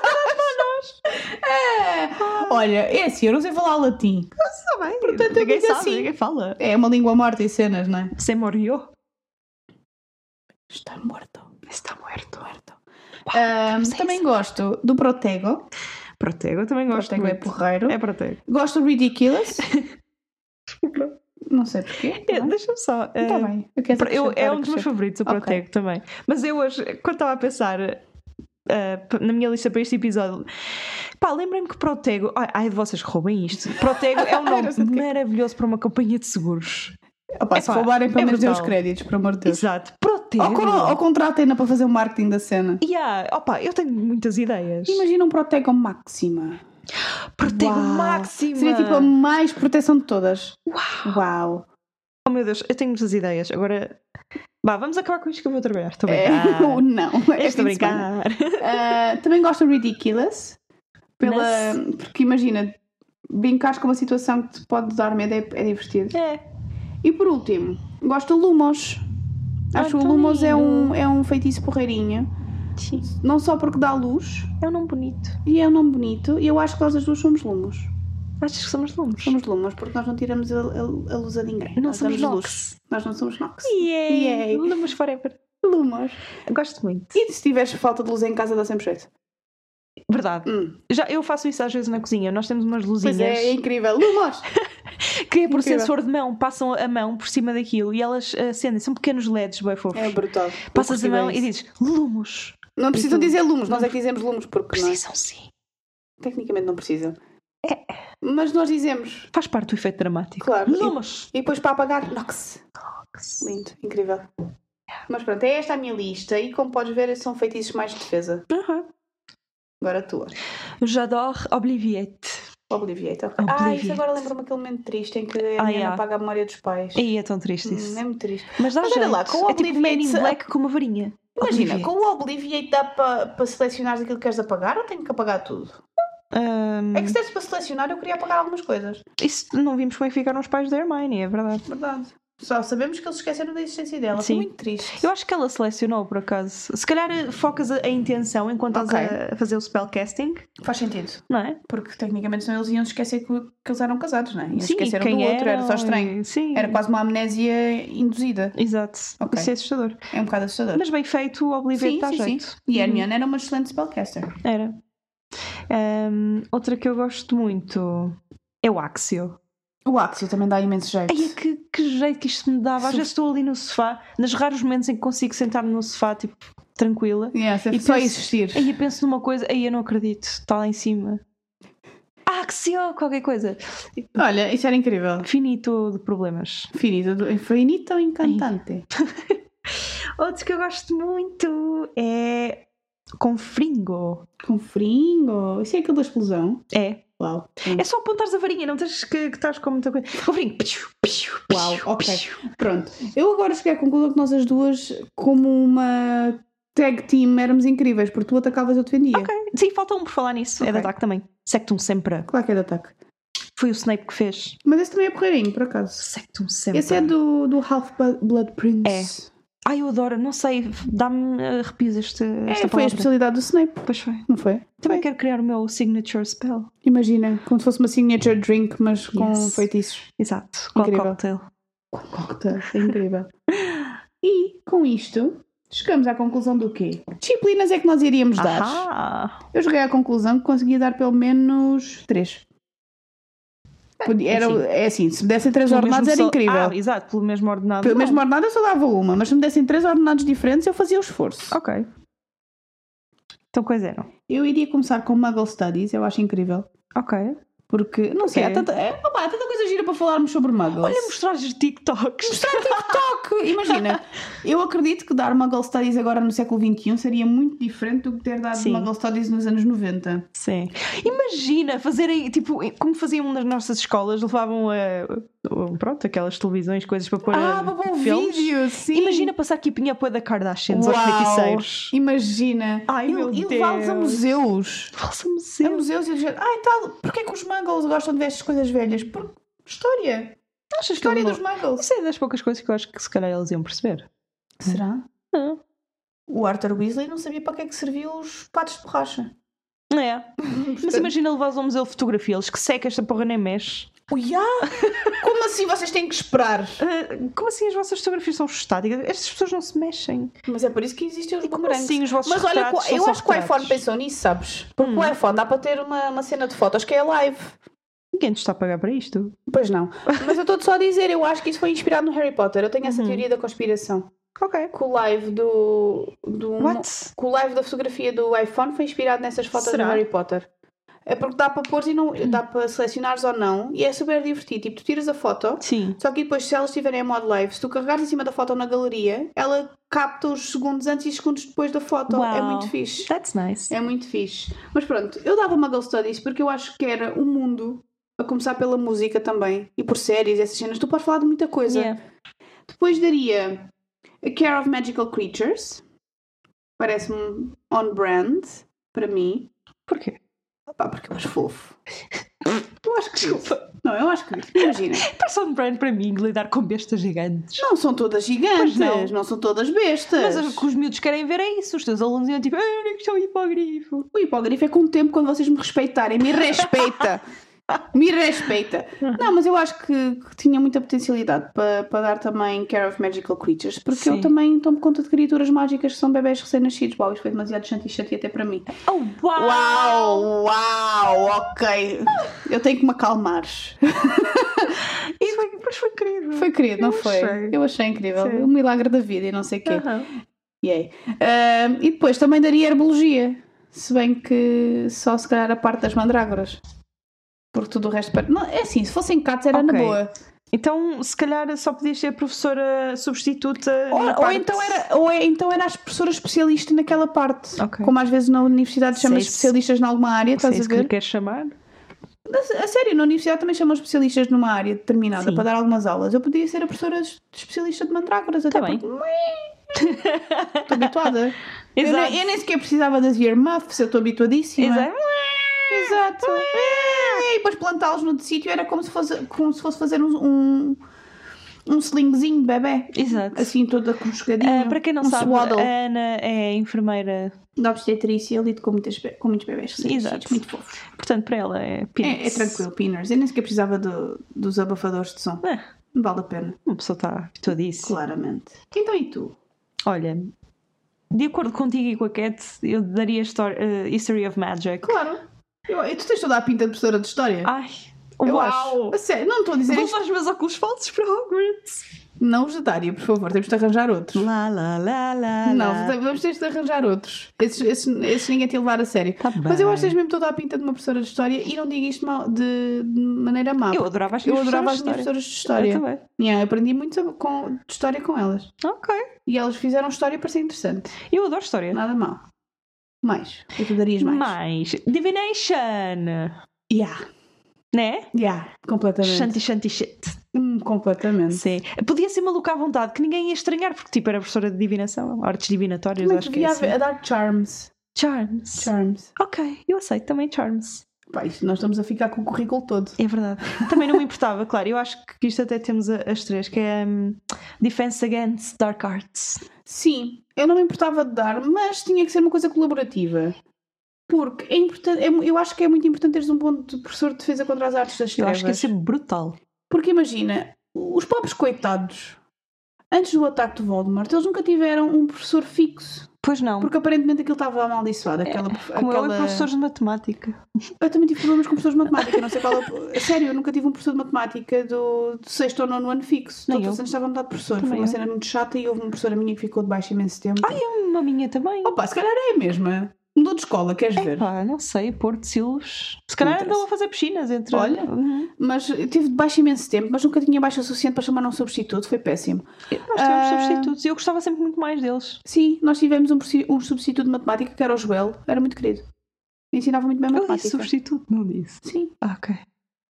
[SPEAKER 2] É. Olha, é assim, eu não sei falar latim.
[SPEAKER 1] Está bem.
[SPEAKER 2] Portanto, eu
[SPEAKER 1] ninguém
[SPEAKER 2] digo
[SPEAKER 1] sabe,
[SPEAKER 2] assim.
[SPEAKER 1] ninguém fala.
[SPEAKER 2] É uma língua morta e cenas, não é?
[SPEAKER 1] Se morreu,
[SPEAKER 2] Está morto.
[SPEAKER 1] está morto. morto.
[SPEAKER 2] Ahm,
[SPEAKER 1] sei
[SPEAKER 2] também gosto do Protego.
[SPEAKER 1] Protego, eu também gosto
[SPEAKER 2] Protego é
[SPEAKER 1] muito.
[SPEAKER 2] porreiro.
[SPEAKER 1] É protego.
[SPEAKER 2] Gosto do Ridiculous. não sei porquê.
[SPEAKER 1] É,
[SPEAKER 2] não é?
[SPEAKER 1] Deixa-me só. eh,
[SPEAKER 2] Tá bem. Eu quero
[SPEAKER 1] Eu- é
[SPEAKER 2] acrescentar,
[SPEAKER 1] um dos meus
[SPEAKER 2] acrescentar.
[SPEAKER 1] favoritos, o
[SPEAKER 2] Ok.
[SPEAKER 1] Protego também. Mas eu hoje, quando estava a pensar eh, p- na minha lista para este episódio, pá, lembrem-me que Protego. Ai, ai de vocês que roubem isto. Protego é um
[SPEAKER 2] Ai,
[SPEAKER 1] nome
[SPEAKER 2] não sei de quê.
[SPEAKER 1] maravilhoso para uma companhia de seguros.
[SPEAKER 2] Opa, se
[SPEAKER 1] Epá,
[SPEAKER 2] roubarem,
[SPEAKER 1] é
[SPEAKER 2] pelo menos dê os
[SPEAKER 1] brutal. é
[SPEAKER 2] créditos, pelo amor de Deus. Oh,
[SPEAKER 1] Exato. Protego.
[SPEAKER 2] Ou, con- ou contratem-na para fazer o marketing da cena.
[SPEAKER 1] Yeah, opa, eu tenho muitas ideias.
[SPEAKER 2] Imagina um Protego Máxima.
[SPEAKER 1] Protego
[SPEAKER 2] Uau.
[SPEAKER 1] máximo. ah.
[SPEAKER 2] Seria tipo a mais proteção de todas.
[SPEAKER 1] Uau.
[SPEAKER 2] Uau!
[SPEAKER 1] Oh meu Deus, eu tenho muitas ideias. Agora Bah, vamos acabar com isto que eu vou trabalhar. Estou bem.
[SPEAKER 2] É, ou não. é
[SPEAKER 1] Estou a
[SPEAKER 2] fim de semana.
[SPEAKER 1] brincar.
[SPEAKER 2] Ah, também gosto do Ridiculous. Pela, porque imagina, brincares com uma situação que te pode dar medo é, é divertido.
[SPEAKER 1] É.
[SPEAKER 2] E por último, gosto do Lumos.
[SPEAKER 1] Ah,
[SPEAKER 2] Acho que o
[SPEAKER 1] tão
[SPEAKER 2] Lumos é
[SPEAKER 1] lindo.
[SPEAKER 2] um, é um feitiço porreirinho.
[SPEAKER 1] Sim.
[SPEAKER 2] Não só porque dá luz,
[SPEAKER 1] É um nome bonito.
[SPEAKER 2] e é um nome bonito, e eu acho que nós as duas somos lumos.
[SPEAKER 1] Achas que somos lumos?
[SPEAKER 2] Somos lumas porque nós não tiramos a, a- a luz a ninguém.
[SPEAKER 1] Não
[SPEAKER 2] nós
[SPEAKER 1] somos
[SPEAKER 2] damos
[SPEAKER 1] nox.
[SPEAKER 2] Nós não somos nox.
[SPEAKER 1] Yay!
[SPEAKER 2] Yay.
[SPEAKER 1] Lumos forever.
[SPEAKER 2] Lumas.
[SPEAKER 1] Gosto muito.
[SPEAKER 2] E se tiveres falta de luz em casa, dá sempre jeito.
[SPEAKER 1] Verdade.
[SPEAKER 2] Hum.
[SPEAKER 1] Já, eu faço isso às vezes na cozinha. Nós temos umas
[SPEAKER 2] Pois
[SPEAKER 1] luzinhas
[SPEAKER 2] é, é incrível. Lumas!
[SPEAKER 1] que é por
[SPEAKER 2] incrível.
[SPEAKER 1] sensor de mão. Passam a mão por cima daquilo e elas acendem. São pequenos LEDs bem fofos.
[SPEAKER 2] é brutal.
[SPEAKER 1] Passas
[SPEAKER 2] Eu
[SPEAKER 1] a
[SPEAKER 2] curti
[SPEAKER 1] mão
[SPEAKER 2] bem
[SPEAKER 1] e
[SPEAKER 2] isso.
[SPEAKER 1] dizes lumos.
[SPEAKER 2] Não precisam
[SPEAKER 1] Então,
[SPEAKER 2] dizer lumos, nós é que dizemos lumos porque nós
[SPEAKER 1] Precisam sim.
[SPEAKER 2] tecnicamente não precisam.
[SPEAKER 1] É.
[SPEAKER 2] Mas nós dizemos.
[SPEAKER 1] Faz parte do efeito dramático.
[SPEAKER 2] Claro.
[SPEAKER 1] Lumos.
[SPEAKER 2] E depois para apagar, nox. Lindo, incrível. Mas pronto, é esta a minha lista e como podes ver, são feitiços mais de defesa.
[SPEAKER 1] Aham.
[SPEAKER 2] Agora a tua.
[SPEAKER 1] J'adore Obliviate.
[SPEAKER 2] Obliviate, ok. Ah,
[SPEAKER 1] Obliviate.
[SPEAKER 2] isso agora lembra-me aquele momento triste em que a
[SPEAKER 1] Ah,
[SPEAKER 2] menina
[SPEAKER 1] yeah.
[SPEAKER 2] apaga a memória dos pais.
[SPEAKER 1] E é tão triste isso.
[SPEAKER 2] Hum, é muito triste.
[SPEAKER 1] Mas dá
[SPEAKER 2] Mas
[SPEAKER 1] jeito.
[SPEAKER 2] olha lá, com o
[SPEAKER 1] é tipo Man in
[SPEAKER 2] Obliviate-
[SPEAKER 1] Black com uma varinha.
[SPEAKER 2] Imagina,
[SPEAKER 1] Obliviate.
[SPEAKER 2] com o Obliviate dá para pa selecionares aquilo que queres apagar ou tenho que apagar tudo?
[SPEAKER 1] Ahm,
[SPEAKER 2] É que se desse para selecionar, eu queria apagar algumas coisas.
[SPEAKER 1] Isso não vimos como é que ficaram os pais da Hermione, é verdade.
[SPEAKER 2] Verdade. Só sabemos que eles esqueceram da existência dela.
[SPEAKER 1] Sim.
[SPEAKER 2] Foi muito triste.
[SPEAKER 1] Eu acho que ela selecionou, por acaso. Se calhar eh, focas a, a intenção enquanto estás
[SPEAKER 2] Ok.
[SPEAKER 1] a fazer o spellcasting,
[SPEAKER 2] Faz sentido.
[SPEAKER 1] não é?
[SPEAKER 2] Porque tecnicamente senão eles iam se esquecer que, que eles eram casados, não é? Iam se
[SPEAKER 1] e
[SPEAKER 2] esqueceram do
[SPEAKER 1] quem
[SPEAKER 2] outro, era só
[SPEAKER 1] eram,
[SPEAKER 2] estranho.
[SPEAKER 1] e- Sim.
[SPEAKER 2] Era quase uma amnésia induzida.
[SPEAKER 1] Exato.
[SPEAKER 2] Ok.
[SPEAKER 1] Isso é assustador.
[SPEAKER 2] É um bocado assustador.
[SPEAKER 1] Mas bem feito, o Obliviate
[SPEAKER 2] sim,
[SPEAKER 1] dá
[SPEAKER 2] sim,
[SPEAKER 1] jeito.
[SPEAKER 2] sim. E a Hermione era uma excelente spellcaster.
[SPEAKER 1] Era. Ahm, outra que eu gosto muito é o Axio.
[SPEAKER 2] O Axio também dá imenso jeito.
[SPEAKER 1] Ai, é que, que jeito que isto me dava. Às
[SPEAKER 2] Sim.
[SPEAKER 1] vezes estou ali no sofá, nos raros momentos em que consigo sentar-me no sofá, tipo, tranquila.
[SPEAKER 2] Yeah,
[SPEAKER 1] E
[SPEAKER 2] só
[SPEAKER 1] penso-
[SPEAKER 2] existir.
[SPEAKER 1] Aí eu penso numa coisa, aí eu não acredito, está lá em cima. Axio, qualquer coisa.
[SPEAKER 2] Olha, isso era incrível.
[SPEAKER 1] Finito de problemas.
[SPEAKER 2] Finito, do- infinito ou encantante.
[SPEAKER 1] Outro que eu gosto muito é. Confringo.
[SPEAKER 2] Com fringo. Isso é aquilo da explosão.
[SPEAKER 1] É.
[SPEAKER 2] Uau.
[SPEAKER 1] É só apontares a varinha, não tens que, que estás com muita coisa. Confringo. Psiu, psiu,
[SPEAKER 2] Uau,
[SPEAKER 1] psiu,
[SPEAKER 2] ok.
[SPEAKER 1] psiu.
[SPEAKER 2] Pronto. Eu agora cheguei à conclusão que nós as duas, como uma tag team, éramos incríveis, porque tu atacavas, eu defendia.
[SPEAKER 1] Ok. Sim, falta um por falar nisso. É
[SPEAKER 2] Ok.
[SPEAKER 1] de ataque também. Sectum sempre.
[SPEAKER 2] Claro que é de ataque.
[SPEAKER 1] Foi o Snape que fez.
[SPEAKER 2] Mas esse também é porreirinho, por acaso.
[SPEAKER 1] Sectum sempre.
[SPEAKER 2] Esse é do, do Half Bu- Blood Prince.
[SPEAKER 1] Ai, eu adoro. Não sei. Dá-me eh, arrepios este, esta
[SPEAKER 2] É, foi a
[SPEAKER 1] palavra.
[SPEAKER 2] especialidade do Snape,
[SPEAKER 1] Pois foi.
[SPEAKER 2] não foi?
[SPEAKER 1] Também
[SPEAKER 2] Foi.
[SPEAKER 1] quero criar o meu signature spell.
[SPEAKER 2] Imagina, como se fosse uma signature drink, mas com
[SPEAKER 1] Yes.
[SPEAKER 2] feitiços.
[SPEAKER 1] Exato. Qual
[SPEAKER 2] Incrível.
[SPEAKER 1] cocktail?
[SPEAKER 2] Cocktail, é incrível. e com isto, chegamos à conclusão do quê? Disciplinas é que nós iríamos dar.
[SPEAKER 1] Ahá.
[SPEAKER 2] Eu cheguei à conclusão que conseguia dar pelo menos 3. Era,
[SPEAKER 1] assim.
[SPEAKER 2] é assim, se me dessem 3
[SPEAKER 1] Pelo
[SPEAKER 2] ordenados
[SPEAKER 1] mesmo
[SPEAKER 2] era
[SPEAKER 1] sol-
[SPEAKER 2] incrível.
[SPEAKER 1] Ah, exato, pelo mesmo ordenado.
[SPEAKER 2] pelo
[SPEAKER 1] não.
[SPEAKER 2] mesmo ordenado eu só dava uma, mas se me dessem 3 ordenados diferentes eu fazia o esforço.
[SPEAKER 1] Ok. Então quais eram?
[SPEAKER 2] Eu iria começar com Muggle Studies, eu acho incrível.
[SPEAKER 1] Ok.
[SPEAKER 2] Porque, não sei,
[SPEAKER 1] Ok.
[SPEAKER 2] há tanta, é, opá, há tanta coisa gira para falarmos sobre Muggles.
[SPEAKER 1] Olha, mostrar os TikToks.
[SPEAKER 2] Mostrar TikTok! Imagina, eu acredito que dar Muggle Studies agora no século XXI seria muito diferente do que ter dado
[SPEAKER 1] Sim.
[SPEAKER 2] Muggle Studies nos anos 90.
[SPEAKER 1] Sim. Imagina fazerem, tipo, como faziam nas nossas escolas, levavam eh, Pronto, aquelas televisões, coisas para pôr. eh,
[SPEAKER 2] ah, para bom
[SPEAKER 1] filmes.
[SPEAKER 2] vídeo, sim!
[SPEAKER 1] Imagina passar Keeping Up with the Kardashians aos
[SPEAKER 2] Uau.
[SPEAKER 1] feiticeiros.
[SPEAKER 2] Imagina!
[SPEAKER 1] Ai,
[SPEAKER 2] e
[SPEAKER 1] meu
[SPEAKER 2] e levá-los a
[SPEAKER 1] Deus.
[SPEAKER 2] museus!
[SPEAKER 1] Nossa,
[SPEAKER 2] A
[SPEAKER 1] museu.
[SPEAKER 2] museus e dizer, ah, e tal, porquê que os Muggles gostam de ver estas coisas velhas? Por... História!
[SPEAKER 1] Achas que
[SPEAKER 2] História
[SPEAKER 1] eu não-
[SPEAKER 2] dos Muggles!
[SPEAKER 1] Isso é das poucas coisas que eu acho que se calhar eles iam perceber.
[SPEAKER 2] Será?
[SPEAKER 1] Ah.
[SPEAKER 2] O Arthur Weasley não sabia para que é que serviam os patos de borracha.
[SPEAKER 1] É. Mas imagina levar ao museu de fotografia, eles que seca esta porra nem mexe.
[SPEAKER 2] Uiá! Como assim vocês têm que esperar?
[SPEAKER 1] Ah, como assim as vossas fotografias são estáticas? Estas pessoas não se mexem.
[SPEAKER 2] Mas é por isso que existem os
[SPEAKER 1] Como
[SPEAKER 2] bumerangues.
[SPEAKER 1] assim os vossos
[SPEAKER 2] Mas olha,
[SPEAKER 1] retratos são
[SPEAKER 2] eu
[SPEAKER 1] só
[SPEAKER 2] acho que o iPhone
[SPEAKER 1] retratos?
[SPEAKER 2] pensou nisso, sabes? Porque
[SPEAKER 1] Hum.
[SPEAKER 2] o iPhone dá para ter uma, uma cena de fotos que é live.
[SPEAKER 1] Ninguém nos está a pagar para isto.
[SPEAKER 2] Pois não. Mas eu estou só a dizer, eu acho que isso foi inspirado no Harry Potter. Eu tenho essa
[SPEAKER 1] Uhum.
[SPEAKER 2] teoria da conspiração.
[SPEAKER 1] Ok.
[SPEAKER 2] Que o live do. do
[SPEAKER 1] What?
[SPEAKER 2] Que o live da fotografia do iPhone foi inspirado nessas fotos
[SPEAKER 1] Será?
[SPEAKER 2] do Harry Potter. É porque dá para pôr e não. dá para selecionares ou não. E é super divertido. Tipo, tu tiras a foto.
[SPEAKER 1] Sim.
[SPEAKER 2] Só que depois, se elas estiverem em modo live, se tu carregares em cima da foto na galeria, ela capta os segundos antes e os segundos depois da foto. É
[SPEAKER 1] Uau.
[SPEAKER 2] muito fixe.
[SPEAKER 1] That's nice.
[SPEAKER 2] É muito fixe. Mas pronto, eu dava uma Girl Studies porque eu acho que era o mundo, a começar pela música também, e por séries, essas cenas, tu podes falar de muita coisa.
[SPEAKER 1] Yeah.
[SPEAKER 2] Depois daria A Care of Magical Creatures. Parece-me on-brand para mim.
[SPEAKER 1] Porquê?
[SPEAKER 2] Pá, porque eu acho fofo.
[SPEAKER 1] Eu acho que desculpa.
[SPEAKER 2] Não, eu acho que. Imagina.
[SPEAKER 1] Parece um brand para mim lidar com bestas gigantes.
[SPEAKER 2] Não são todas
[SPEAKER 1] Pois
[SPEAKER 2] gigantes,
[SPEAKER 1] não.
[SPEAKER 2] não. são todas bestas.
[SPEAKER 1] Mas o que os miúdos querem ver é isso. Os teus alunos iam tipo, eu nem que sou hipogrifo.
[SPEAKER 2] O hipogrifo é com o tempo quando vocês me respeitarem. Me respeita! me respeita! Não, mas eu acho que, que tinha muita potencialidade para, para dar também Care of Magical Creatures, porque
[SPEAKER 1] Sim.
[SPEAKER 2] eu também tomo conta de criaturas mágicas que são bebés recém-nascidos. Uau, isto foi demasiado chante e chato até para mim.
[SPEAKER 1] Oh, uau!
[SPEAKER 2] Uau, uau, ok. Eu tenho que me acalmar.
[SPEAKER 1] Isso foi, mas foi incrível.
[SPEAKER 2] Foi querido, não
[SPEAKER 1] Eu
[SPEAKER 2] foi?
[SPEAKER 1] achei.
[SPEAKER 2] Eu achei incrível.
[SPEAKER 1] Sim.
[SPEAKER 2] Um milagre da vida e não sei o quê.
[SPEAKER 1] Aham.
[SPEAKER 2] Yay. Ahm, e depois também daria herbologia. Se bem que só se calhar a parte das mandrágoras. Porque tudo o resto. pare- Não, é assim, se fossem catos era na
[SPEAKER 1] Ok.
[SPEAKER 2] boa.
[SPEAKER 1] Então, se calhar só podias ser professora substituta.
[SPEAKER 2] Ou,
[SPEAKER 1] na
[SPEAKER 2] ou
[SPEAKER 1] parte-
[SPEAKER 2] então era, ou é- então era as professoras especialistas naquela parte.
[SPEAKER 1] Ok.
[SPEAKER 2] Como às vezes na universidade chamam
[SPEAKER 1] Sei se-
[SPEAKER 2] especialistas em alguma área,
[SPEAKER 1] Se é
[SPEAKER 2] estás a
[SPEAKER 1] isso que lhe
[SPEAKER 2] ver?
[SPEAKER 1] queres chamar?
[SPEAKER 2] Mas, a sério, na universidade também chamam especialistas numa área determinada
[SPEAKER 1] Sim.
[SPEAKER 2] para dar algumas aulas. Eu podia ser a professora es- especialista de mandrágoras, até
[SPEAKER 1] Tá bem.
[SPEAKER 2] porque. Estou habituada. Eu
[SPEAKER 1] Exato.
[SPEAKER 2] nem, eu nem sequer precisava das earmuffs, eu estou habituadíssima.
[SPEAKER 1] Exato.
[SPEAKER 2] Exato. É, E depois plantá-los no sítio era como se fosse, como se fosse fazer um, um, um slingzinho de bebê.
[SPEAKER 1] Exato.
[SPEAKER 2] Assim, toda aconchegadinha.
[SPEAKER 1] Ah, para quem não
[SPEAKER 2] um
[SPEAKER 1] sabe,
[SPEAKER 2] swaddle
[SPEAKER 1] a Ana é enfermeira.
[SPEAKER 2] da obstetrícia, eu lido com, muitas, be- com muitos bebés
[SPEAKER 1] Exato.
[SPEAKER 2] recém-nascidos, muito fofos.
[SPEAKER 1] Portanto, para ela é peanuts.
[SPEAKER 2] É, é tranquilo, Pinners. Eu nem sequer precisava do- dos abafadores de som.
[SPEAKER 1] É,
[SPEAKER 2] Não Vale a pena,
[SPEAKER 1] uma pessoa está habituada a isso.
[SPEAKER 2] claramente. Então e tu?
[SPEAKER 1] Olha, de acordo contigo e com a Cat, eu daria história, eh, History of Magic.
[SPEAKER 2] Claro. Eu, eu- tu tens toda a pinta de professora de história?
[SPEAKER 1] Ai,
[SPEAKER 2] eu
[SPEAKER 1] Ah, uau!
[SPEAKER 2] acho. A sério, não estou a dizer
[SPEAKER 1] Vou
[SPEAKER 2] isto.
[SPEAKER 1] levar os meus óculos falsos para Hogwarts.
[SPEAKER 2] Não os daria, por favor, temos de arranjar outros.
[SPEAKER 1] Lá, lá, lá, lá.
[SPEAKER 2] Não,
[SPEAKER 1] lá.
[SPEAKER 2] vamos ter de arranjar outros. Esses, esses, esses ninguém te levar a sério.
[SPEAKER 1] Tá
[SPEAKER 2] Mas eu
[SPEAKER 1] bem.
[SPEAKER 2] acho que tens mesmo toda a pinta de uma professora de história e não digo isto mal- de, de maneira má.
[SPEAKER 1] Eu adorava as
[SPEAKER 2] Eu
[SPEAKER 1] minhas
[SPEAKER 2] adorava as minhas
[SPEAKER 1] professoras de
[SPEAKER 2] professoras de
[SPEAKER 1] história.
[SPEAKER 2] história.
[SPEAKER 1] Eu também.
[SPEAKER 2] Yeah, eu aprendi muito sobre- com- de história com elas.
[SPEAKER 1] Ok.
[SPEAKER 2] E elas fizeram história para ser interessante.
[SPEAKER 1] Eu adoro história.
[SPEAKER 2] Nada mal. Mais. Eu te darias mais.
[SPEAKER 1] Mais. Divination.
[SPEAKER 2] Yeah.
[SPEAKER 1] Né?
[SPEAKER 2] Yeah. Completamente.
[SPEAKER 1] Shanty, shanty, shit.
[SPEAKER 2] Hum, completamente.
[SPEAKER 1] Sim. Podia ser maluca à vontade, que ninguém ia estranhar, porque tipo era professora de divinação, artes divinatórias,
[SPEAKER 2] Também
[SPEAKER 1] acho que é
[SPEAKER 2] devia
[SPEAKER 1] assim.
[SPEAKER 2] haver, a dar charms.
[SPEAKER 1] Charms.
[SPEAKER 2] Charms.
[SPEAKER 1] Ok, eu aceito também charms.
[SPEAKER 2] Pá, isto nós estamos a ficar com o currículo todo.
[SPEAKER 1] É verdade. Também não me importava, claro. Eu acho que isto até temos a- as três, que é hum, Defense Against Dark Arts.
[SPEAKER 2] Sim, eu não me importava de dar, mas tinha que ser uma coisa colaborativa. Porque é importante, é mu- eu acho que é muito importante teres um bom de- professor de defesa contra as artes das
[SPEAKER 1] Eu
[SPEAKER 2] trevas.
[SPEAKER 1] acho que é ia ser brutal.
[SPEAKER 2] Porque imagina, os pobres coitados, antes do ataque de Voldemort, eles nunca tiveram um professor fixo.
[SPEAKER 1] Pois não.
[SPEAKER 2] Porque aparentemente aquilo estava amaldiçoado. Aquela, prof-
[SPEAKER 1] É, Como eu
[SPEAKER 2] aquela-
[SPEAKER 1] e professores de matemática.
[SPEAKER 2] Eu também tive problemas com professores de matemática, não sei qual é o... Sério, eu nunca tive um professor de matemática do, do sexto ou nono ano fixo.
[SPEAKER 1] Nem
[SPEAKER 2] Todos
[SPEAKER 1] eu.
[SPEAKER 2] os anos estava a mudar de professor.
[SPEAKER 1] Também
[SPEAKER 2] Foi uma
[SPEAKER 1] eu.
[SPEAKER 2] cena muito chata e houve uma professora minha que ficou de baixo imenso tempo.
[SPEAKER 1] Ai, uma minha também.
[SPEAKER 2] Opa, se calhar é a mesma. Mudou de escola,
[SPEAKER 1] É,
[SPEAKER 2] queres ver?
[SPEAKER 1] Epá, não sei, Porto de Silos. Se calhar
[SPEAKER 2] interessa.
[SPEAKER 1] andam a fazer piscinas entre.
[SPEAKER 2] Olha.
[SPEAKER 1] Uhum.
[SPEAKER 2] Mas eu tive de baixo imenso tempo, mas nunca tinha baixa o suficiente para chamar um substituto, foi péssimo.
[SPEAKER 1] Nós tivemos
[SPEAKER 2] Ah.
[SPEAKER 1] substitutos e eu gostava sempre muito mais deles.
[SPEAKER 2] Sim, nós tivemos um, prosi- um substituto de matemática que era o Joel, era muito querido. Ensinava muito bem
[SPEAKER 1] Eu
[SPEAKER 2] matemática.
[SPEAKER 1] disse substituto, não disse.
[SPEAKER 2] Sim.
[SPEAKER 1] Ah, ok.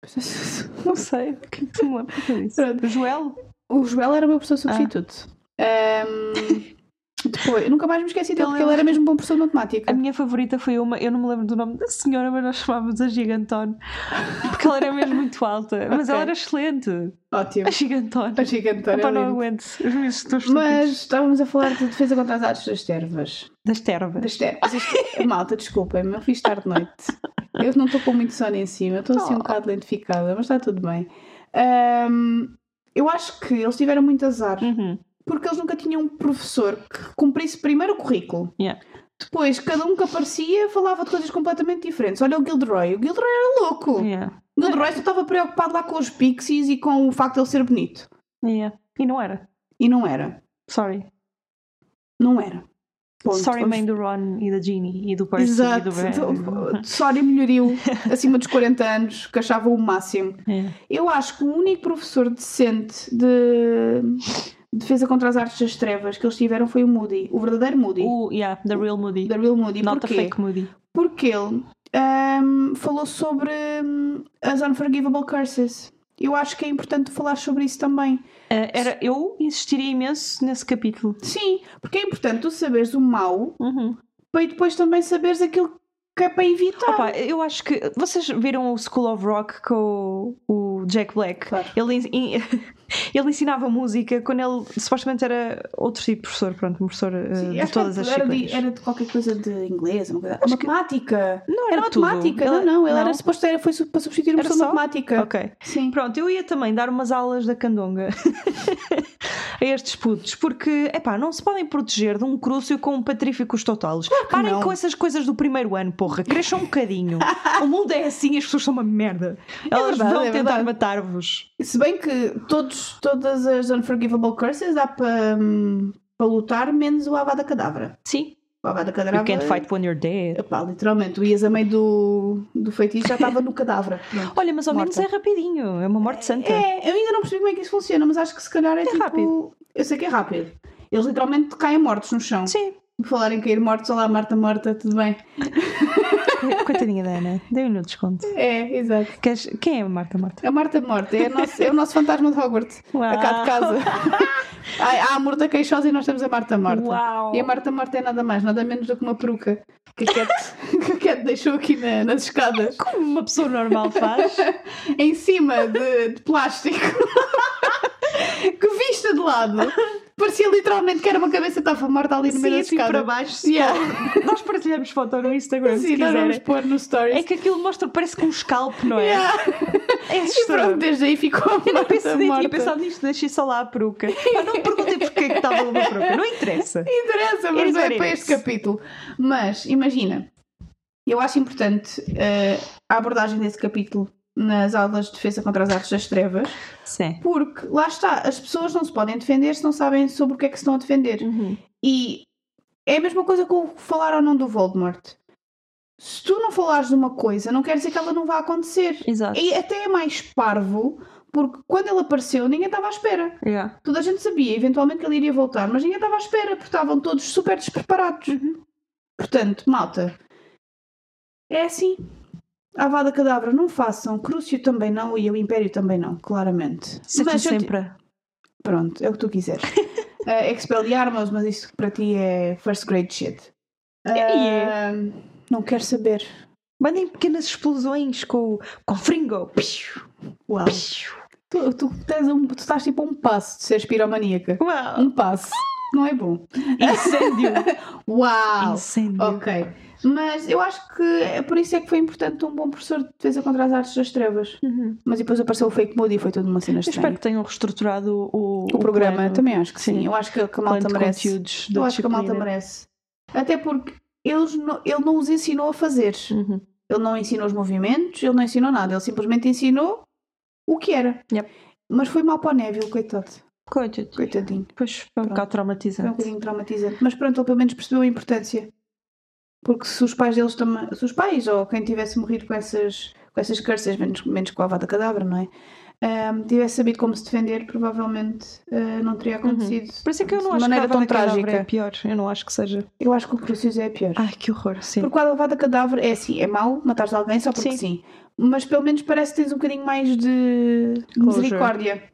[SPEAKER 1] Não sei. O que é que se me lembra que eu disse?
[SPEAKER 2] Pronto.
[SPEAKER 1] Joel?
[SPEAKER 2] O Joel era o meu professor substituto. Ah. Ahm, depois, eu nunca mais me esqueci dele,
[SPEAKER 1] Ele
[SPEAKER 2] porque ele era mesmo bom professor de matemática.
[SPEAKER 1] A minha favorita foi uma, eu não me lembro do nome da senhora, mas nós chamávamos a Gigantone. Porque ela era mesmo muito alta. Mas
[SPEAKER 2] Ok.
[SPEAKER 1] ela era excelente.
[SPEAKER 2] Ótimo.
[SPEAKER 1] A Gigantone.
[SPEAKER 2] A gigante
[SPEAKER 1] Epá, não
[SPEAKER 2] era lindo.
[SPEAKER 1] aguento. Os meus estão
[SPEAKER 2] Mas
[SPEAKER 1] estúpidos.
[SPEAKER 2] estávamos a falar de defesa contra as artes das tervas.
[SPEAKER 1] Das tervas.
[SPEAKER 2] Das terras. Isto- Malta, desculpem-me, eu fiz tarde de noite. Eu não estou com muito sono em cima, estou assim um
[SPEAKER 1] Oh.
[SPEAKER 2] bocado lentificada, mas está tudo bem. Ahm, eu acho que eles tiveram muito azar,
[SPEAKER 1] Uhum.
[SPEAKER 2] porque eles nunca tinham um professor que cumprisse primeiro o currículo.
[SPEAKER 1] Yeah.
[SPEAKER 2] Depois, cada um que aparecia falava de coisas completamente diferentes. Olha o Gilderoy, o Gilderoy era louco.
[SPEAKER 1] Yeah.
[SPEAKER 2] O Gilderoy só estava preocupado lá com os pixies e com o facto de ele ser bonito.
[SPEAKER 1] Yeah. E não era.
[SPEAKER 2] E não era.
[SPEAKER 1] Sorry.
[SPEAKER 2] Não era. Ponto.
[SPEAKER 1] Sorry,
[SPEAKER 2] Vamos
[SPEAKER 1] mãe do Ron e da Ginny e do Percy e
[SPEAKER 2] Exato.
[SPEAKER 1] do Ben.
[SPEAKER 2] Então, Sónia melhoriu acima dos 40 anos, que achava o máximo.
[SPEAKER 1] É.
[SPEAKER 2] Eu acho que o único professor decente de defesa contra as artes das trevas que eles tiveram foi o Moody, o verdadeiro Moody,
[SPEAKER 1] O, yeah, The Real Moody.
[SPEAKER 2] the real Moody.
[SPEAKER 1] Not the
[SPEAKER 2] Porquê?
[SPEAKER 1] fake Moody.
[SPEAKER 2] ehm, Porque ele ahm, falou sobre hum, as unforgivable curses. eu acho que é importante falar sobre isso também.
[SPEAKER 1] Eh, era, eu insistiria imenso nesse capítulo.
[SPEAKER 2] Sim, porque é importante tu saberes o mal
[SPEAKER 1] Uhum.
[SPEAKER 2] para depois também saberes aquilo que é para evitar.
[SPEAKER 1] Opa, eu acho que. Vocês viram o School of Rock com o, o Jack Black?
[SPEAKER 2] Claro.
[SPEAKER 1] Ele, en- en- ele ensinava música quando ele supostamente era outro tipo de professor, pronto, um professor eh,
[SPEAKER 2] Sim, acho
[SPEAKER 1] de
[SPEAKER 2] que
[SPEAKER 1] todas as
[SPEAKER 2] era
[SPEAKER 1] disciplinas.
[SPEAKER 2] de, era de qualquer coisa de inglês, uma coisa.
[SPEAKER 1] Acho que-
[SPEAKER 2] matemática!
[SPEAKER 1] Não
[SPEAKER 2] Era
[SPEAKER 1] tudo.
[SPEAKER 2] matemática,
[SPEAKER 1] Ele-
[SPEAKER 2] não, não, ele era suposto era, foi su- para substituir uma
[SPEAKER 1] Era
[SPEAKER 2] pessoa de
[SPEAKER 1] só?
[SPEAKER 2] matemática.
[SPEAKER 1] Ok.
[SPEAKER 2] Sim.
[SPEAKER 1] Pronto, eu ia também dar umas aulas da candonga a estes putos, porque, epá, não se podem proteger de um crúcio com patríficos totalos. Parem
[SPEAKER 2] não.
[SPEAKER 1] com essas coisas do primeiro ano, porra. Cresçam um bocadinho. o mundo é assim, as pessoas são uma merda. Elas
[SPEAKER 2] verdade,
[SPEAKER 1] vão
[SPEAKER 2] é
[SPEAKER 1] tentar
[SPEAKER 2] verdade.
[SPEAKER 1] matar-vos.
[SPEAKER 2] Se bem que todos, todas as Unforgivable Curses dá para, hum, para lutar, menos o Avada Kedavra.
[SPEAKER 1] Sim.
[SPEAKER 2] O Avada
[SPEAKER 1] You
[SPEAKER 2] Kedavra.
[SPEAKER 1] can't fight when you're dead.
[SPEAKER 2] Epá, literalmente, o Ias a meio do, do feitiço já estava no cadavra.
[SPEAKER 1] Olha, mas ao menos é
[SPEAKER 2] Morta.
[SPEAKER 1] rapidinho. É uma morte santa.
[SPEAKER 2] É, eu ainda não percebi como é que isso funciona, mas acho que se calhar é, tipo.
[SPEAKER 1] rápido.
[SPEAKER 2] Eu sei que é rápido. Eles literalmente caem mortos no chão.
[SPEAKER 1] Sim.
[SPEAKER 2] Por falar em cair mortos, olá Marta morta, tudo bem?
[SPEAKER 1] Coitadinha da Ana. Dei-lhe um desconto.
[SPEAKER 2] É, exato.
[SPEAKER 1] Queres- Quem é a Marta Marta?
[SPEAKER 2] A Marta morta é, a nossa- é o nosso fantasma de Hogwarts. A cá de casa. Ai, há a Murta queixosa e nós temos a Marta morta.
[SPEAKER 1] Uau.
[SPEAKER 2] E a Marta morta é nada mais, nada menos do que uma peruca que a Cat, que a Cat deixou aqui na- nas escadas.
[SPEAKER 1] Como uma pessoa normal faz.
[SPEAKER 2] em cima de, de plástico que vista de lado parecia literalmente que era uma cabeça que estava morta ali no meio
[SPEAKER 1] Sim,
[SPEAKER 2] da
[SPEAKER 1] assim
[SPEAKER 2] escada
[SPEAKER 1] para baixo.
[SPEAKER 2] yeah.
[SPEAKER 1] Nós partilhamos foto no Instagram, se
[SPEAKER 2] Sim, nós vamos
[SPEAKER 1] quiserem.
[SPEAKER 2] pôr no stories
[SPEAKER 1] É que aquilo mostra, parece que um scalp, não é?
[SPEAKER 2] Yeah.
[SPEAKER 1] É
[SPEAKER 2] e pronto,
[SPEAKER 1] assustador.
[SPEAKER 2] desde aí ficou a
[SPEAKER 1] Eu nem
[SPEAKER 2] Marta
[SPEAKER 1] pensei, nem
[SPEAKER 2] morta.
[SPEAKER 1] tinha pensado nisto, deixei só lá a peruca. Pá, não me perguntei porque é que estava lá uma peruca, não interessa.
[SPEAKER 2] Não interessa,
[SPEAKER 1] It
[SPEAKER 2] mas
[SPEAKER 1] is
[SPEAKER 2] não é
[SPEAKER 1] what it
[SPEAKER 2] para
[SPEAKER 1] is.
[SPEAKER 2] este capítulo mas imagina eu acho importante eh, a abordagem desse capítulo nas aulas de defesa contra as artes das trevas
[SPEAKER 1] Sim.
[SPEAKER 2] porque lá está, as pessoas não se podem defender se não sabem sobre o que é que se estão a defender E é a mesma coisa com o falar ou não do Voldemort. Se tu não falares de uma coisa, não quer dizer que ela não vá acontecer.
[SPEAKER 1] Exato.
[SPEAKER 2] E até é mais parvo, porque quando ele apareceu, ninguém estava à espera.
[SPEAKER 1] Yeah.
[SPEAKER 2] Toda a gente sabia, eventualmente, que ele iria voltar, mas ninguém estava à espera, porque estavam todos super despreparados.
[SPEAKER 1] Uhum.
[SPEAKER 2] Portanto, malta, é assim. Avada Cadabra não façam, Crucio também não e o Império também não, claramente.
[SPEAKER 1] Mas
[SPEAKER 2] eu te-
[SPEAKER 1] é sempre.
[SPEAKER 2] Pronto, é o que tu quiseres. uh, Expelliarmus, mas isso para ti é first grade shit.
[SPEAKER 1] É,
[SPEAKER 2] Ah, Não quero saber.
[SPEAKER 1] Mandem pequenas explosões com, com fringo. Piu,
[SPEAKER 2] Uau.
[SPEAKER 1] piu.
[SPEAKER 2] Tu, tu, tens um, tu estás tipo a um passo de seres piromaníaca.
[SPEAKER 1] Uau.
[SPEAKER 2] Um passo. Não é bom.
[SPEAKER 1] Incêndio.
[SPEAKER 2] Uau!
[SPEAKER 1] Incêndio.
[SPEAKER 2] Ok. Mas eu acho que é por isso é que foi importante um bom professor de defesa contra as artes das trevas.
[SPEAKER 1] Uhum.
[SPEAKER 2] Mas depois apareceu o fake mood e foi tudo uma cena
[SPEAKER 1] Eu espero
[SPEAKER 2] estranha.
[SPEAKER 1] que tenham reestruturado o,
[SPEAKER 2] O programa,
[SPEAKER 1] plano-
[SPEAKER 2] também acho que sim.
[SPEAKER 1] Sim.
[SPEAKER 2] Eu acho que a
[SPEAKER 1] plano
[SPEAKER 2] malta
[SPEAKER 1] de
[SPEAKER 2] merece.
[SPEAKER 1] conteúdos da
[SPEAKER 2] Eu acho que a malta
[SPEAKER 1] disciplina.
[SPEAKER 2] merece. Até porque eles não- ele não os ensinou a fazer.
[SPEAKER 1] Uhum.
[SPEAKER 2] Ele não ensinou os movimentos, ele não ensinou nada. Ele simplesmente ensinou o que era.
[SPEAKER 1] Yep.
[SPEAKER 2] Mas foi mal para o Neville, coitado.
[SPEAKER 1] Coitado.
[SPEAKER 2] Coitadinho.
[SPEAKER 1] Pois, foi um
[SPEAKER 2] Pronto.
[SPEAKER 1] bocado
[SPEAKER 2] Foi um
[SPEAKER 1] traumatizante.
[SPEAKER 2] bocadinho traumatizante. Mas pronto, ele pelo menos percebeu a importância. Porque se os pais deles também. Se os pais ou quem tivesse morrido com essas, com essas curses, menos, menos com a avada cadabra, não é? Ahm, tivesse sabido como se defender, provavelmente ah, não teria acontecido.
[SPEAKER 1] Por isso é que eu não
[SPEAKER 2] de
[SPEAKER 1] acho
[SPEAKER 2] maneira
[SPEAKER 1] que a
[SPEAKER 2] tão
[SPEAKER 1] Avada Kedavra
[SPEAKER 2] trágica.
[SPEAKER 1] é pior. Eu não acho que seja.
[SPEAKER 2] Eu acho que o Crucius é a pior.
[SPEAKER 1] Ai, que horror, sim.
[SPEAKER 2] Porque o Alvada Cadáver é assim, é mau matares alguém só porque
[SPEAKER 1] Sim.
[SPEAKER 2] sim. Mas pelo menos parece que tens um bocadinho mais de
[SPEAKER 1] Closure.
[SPEAKER 2] misericórdia.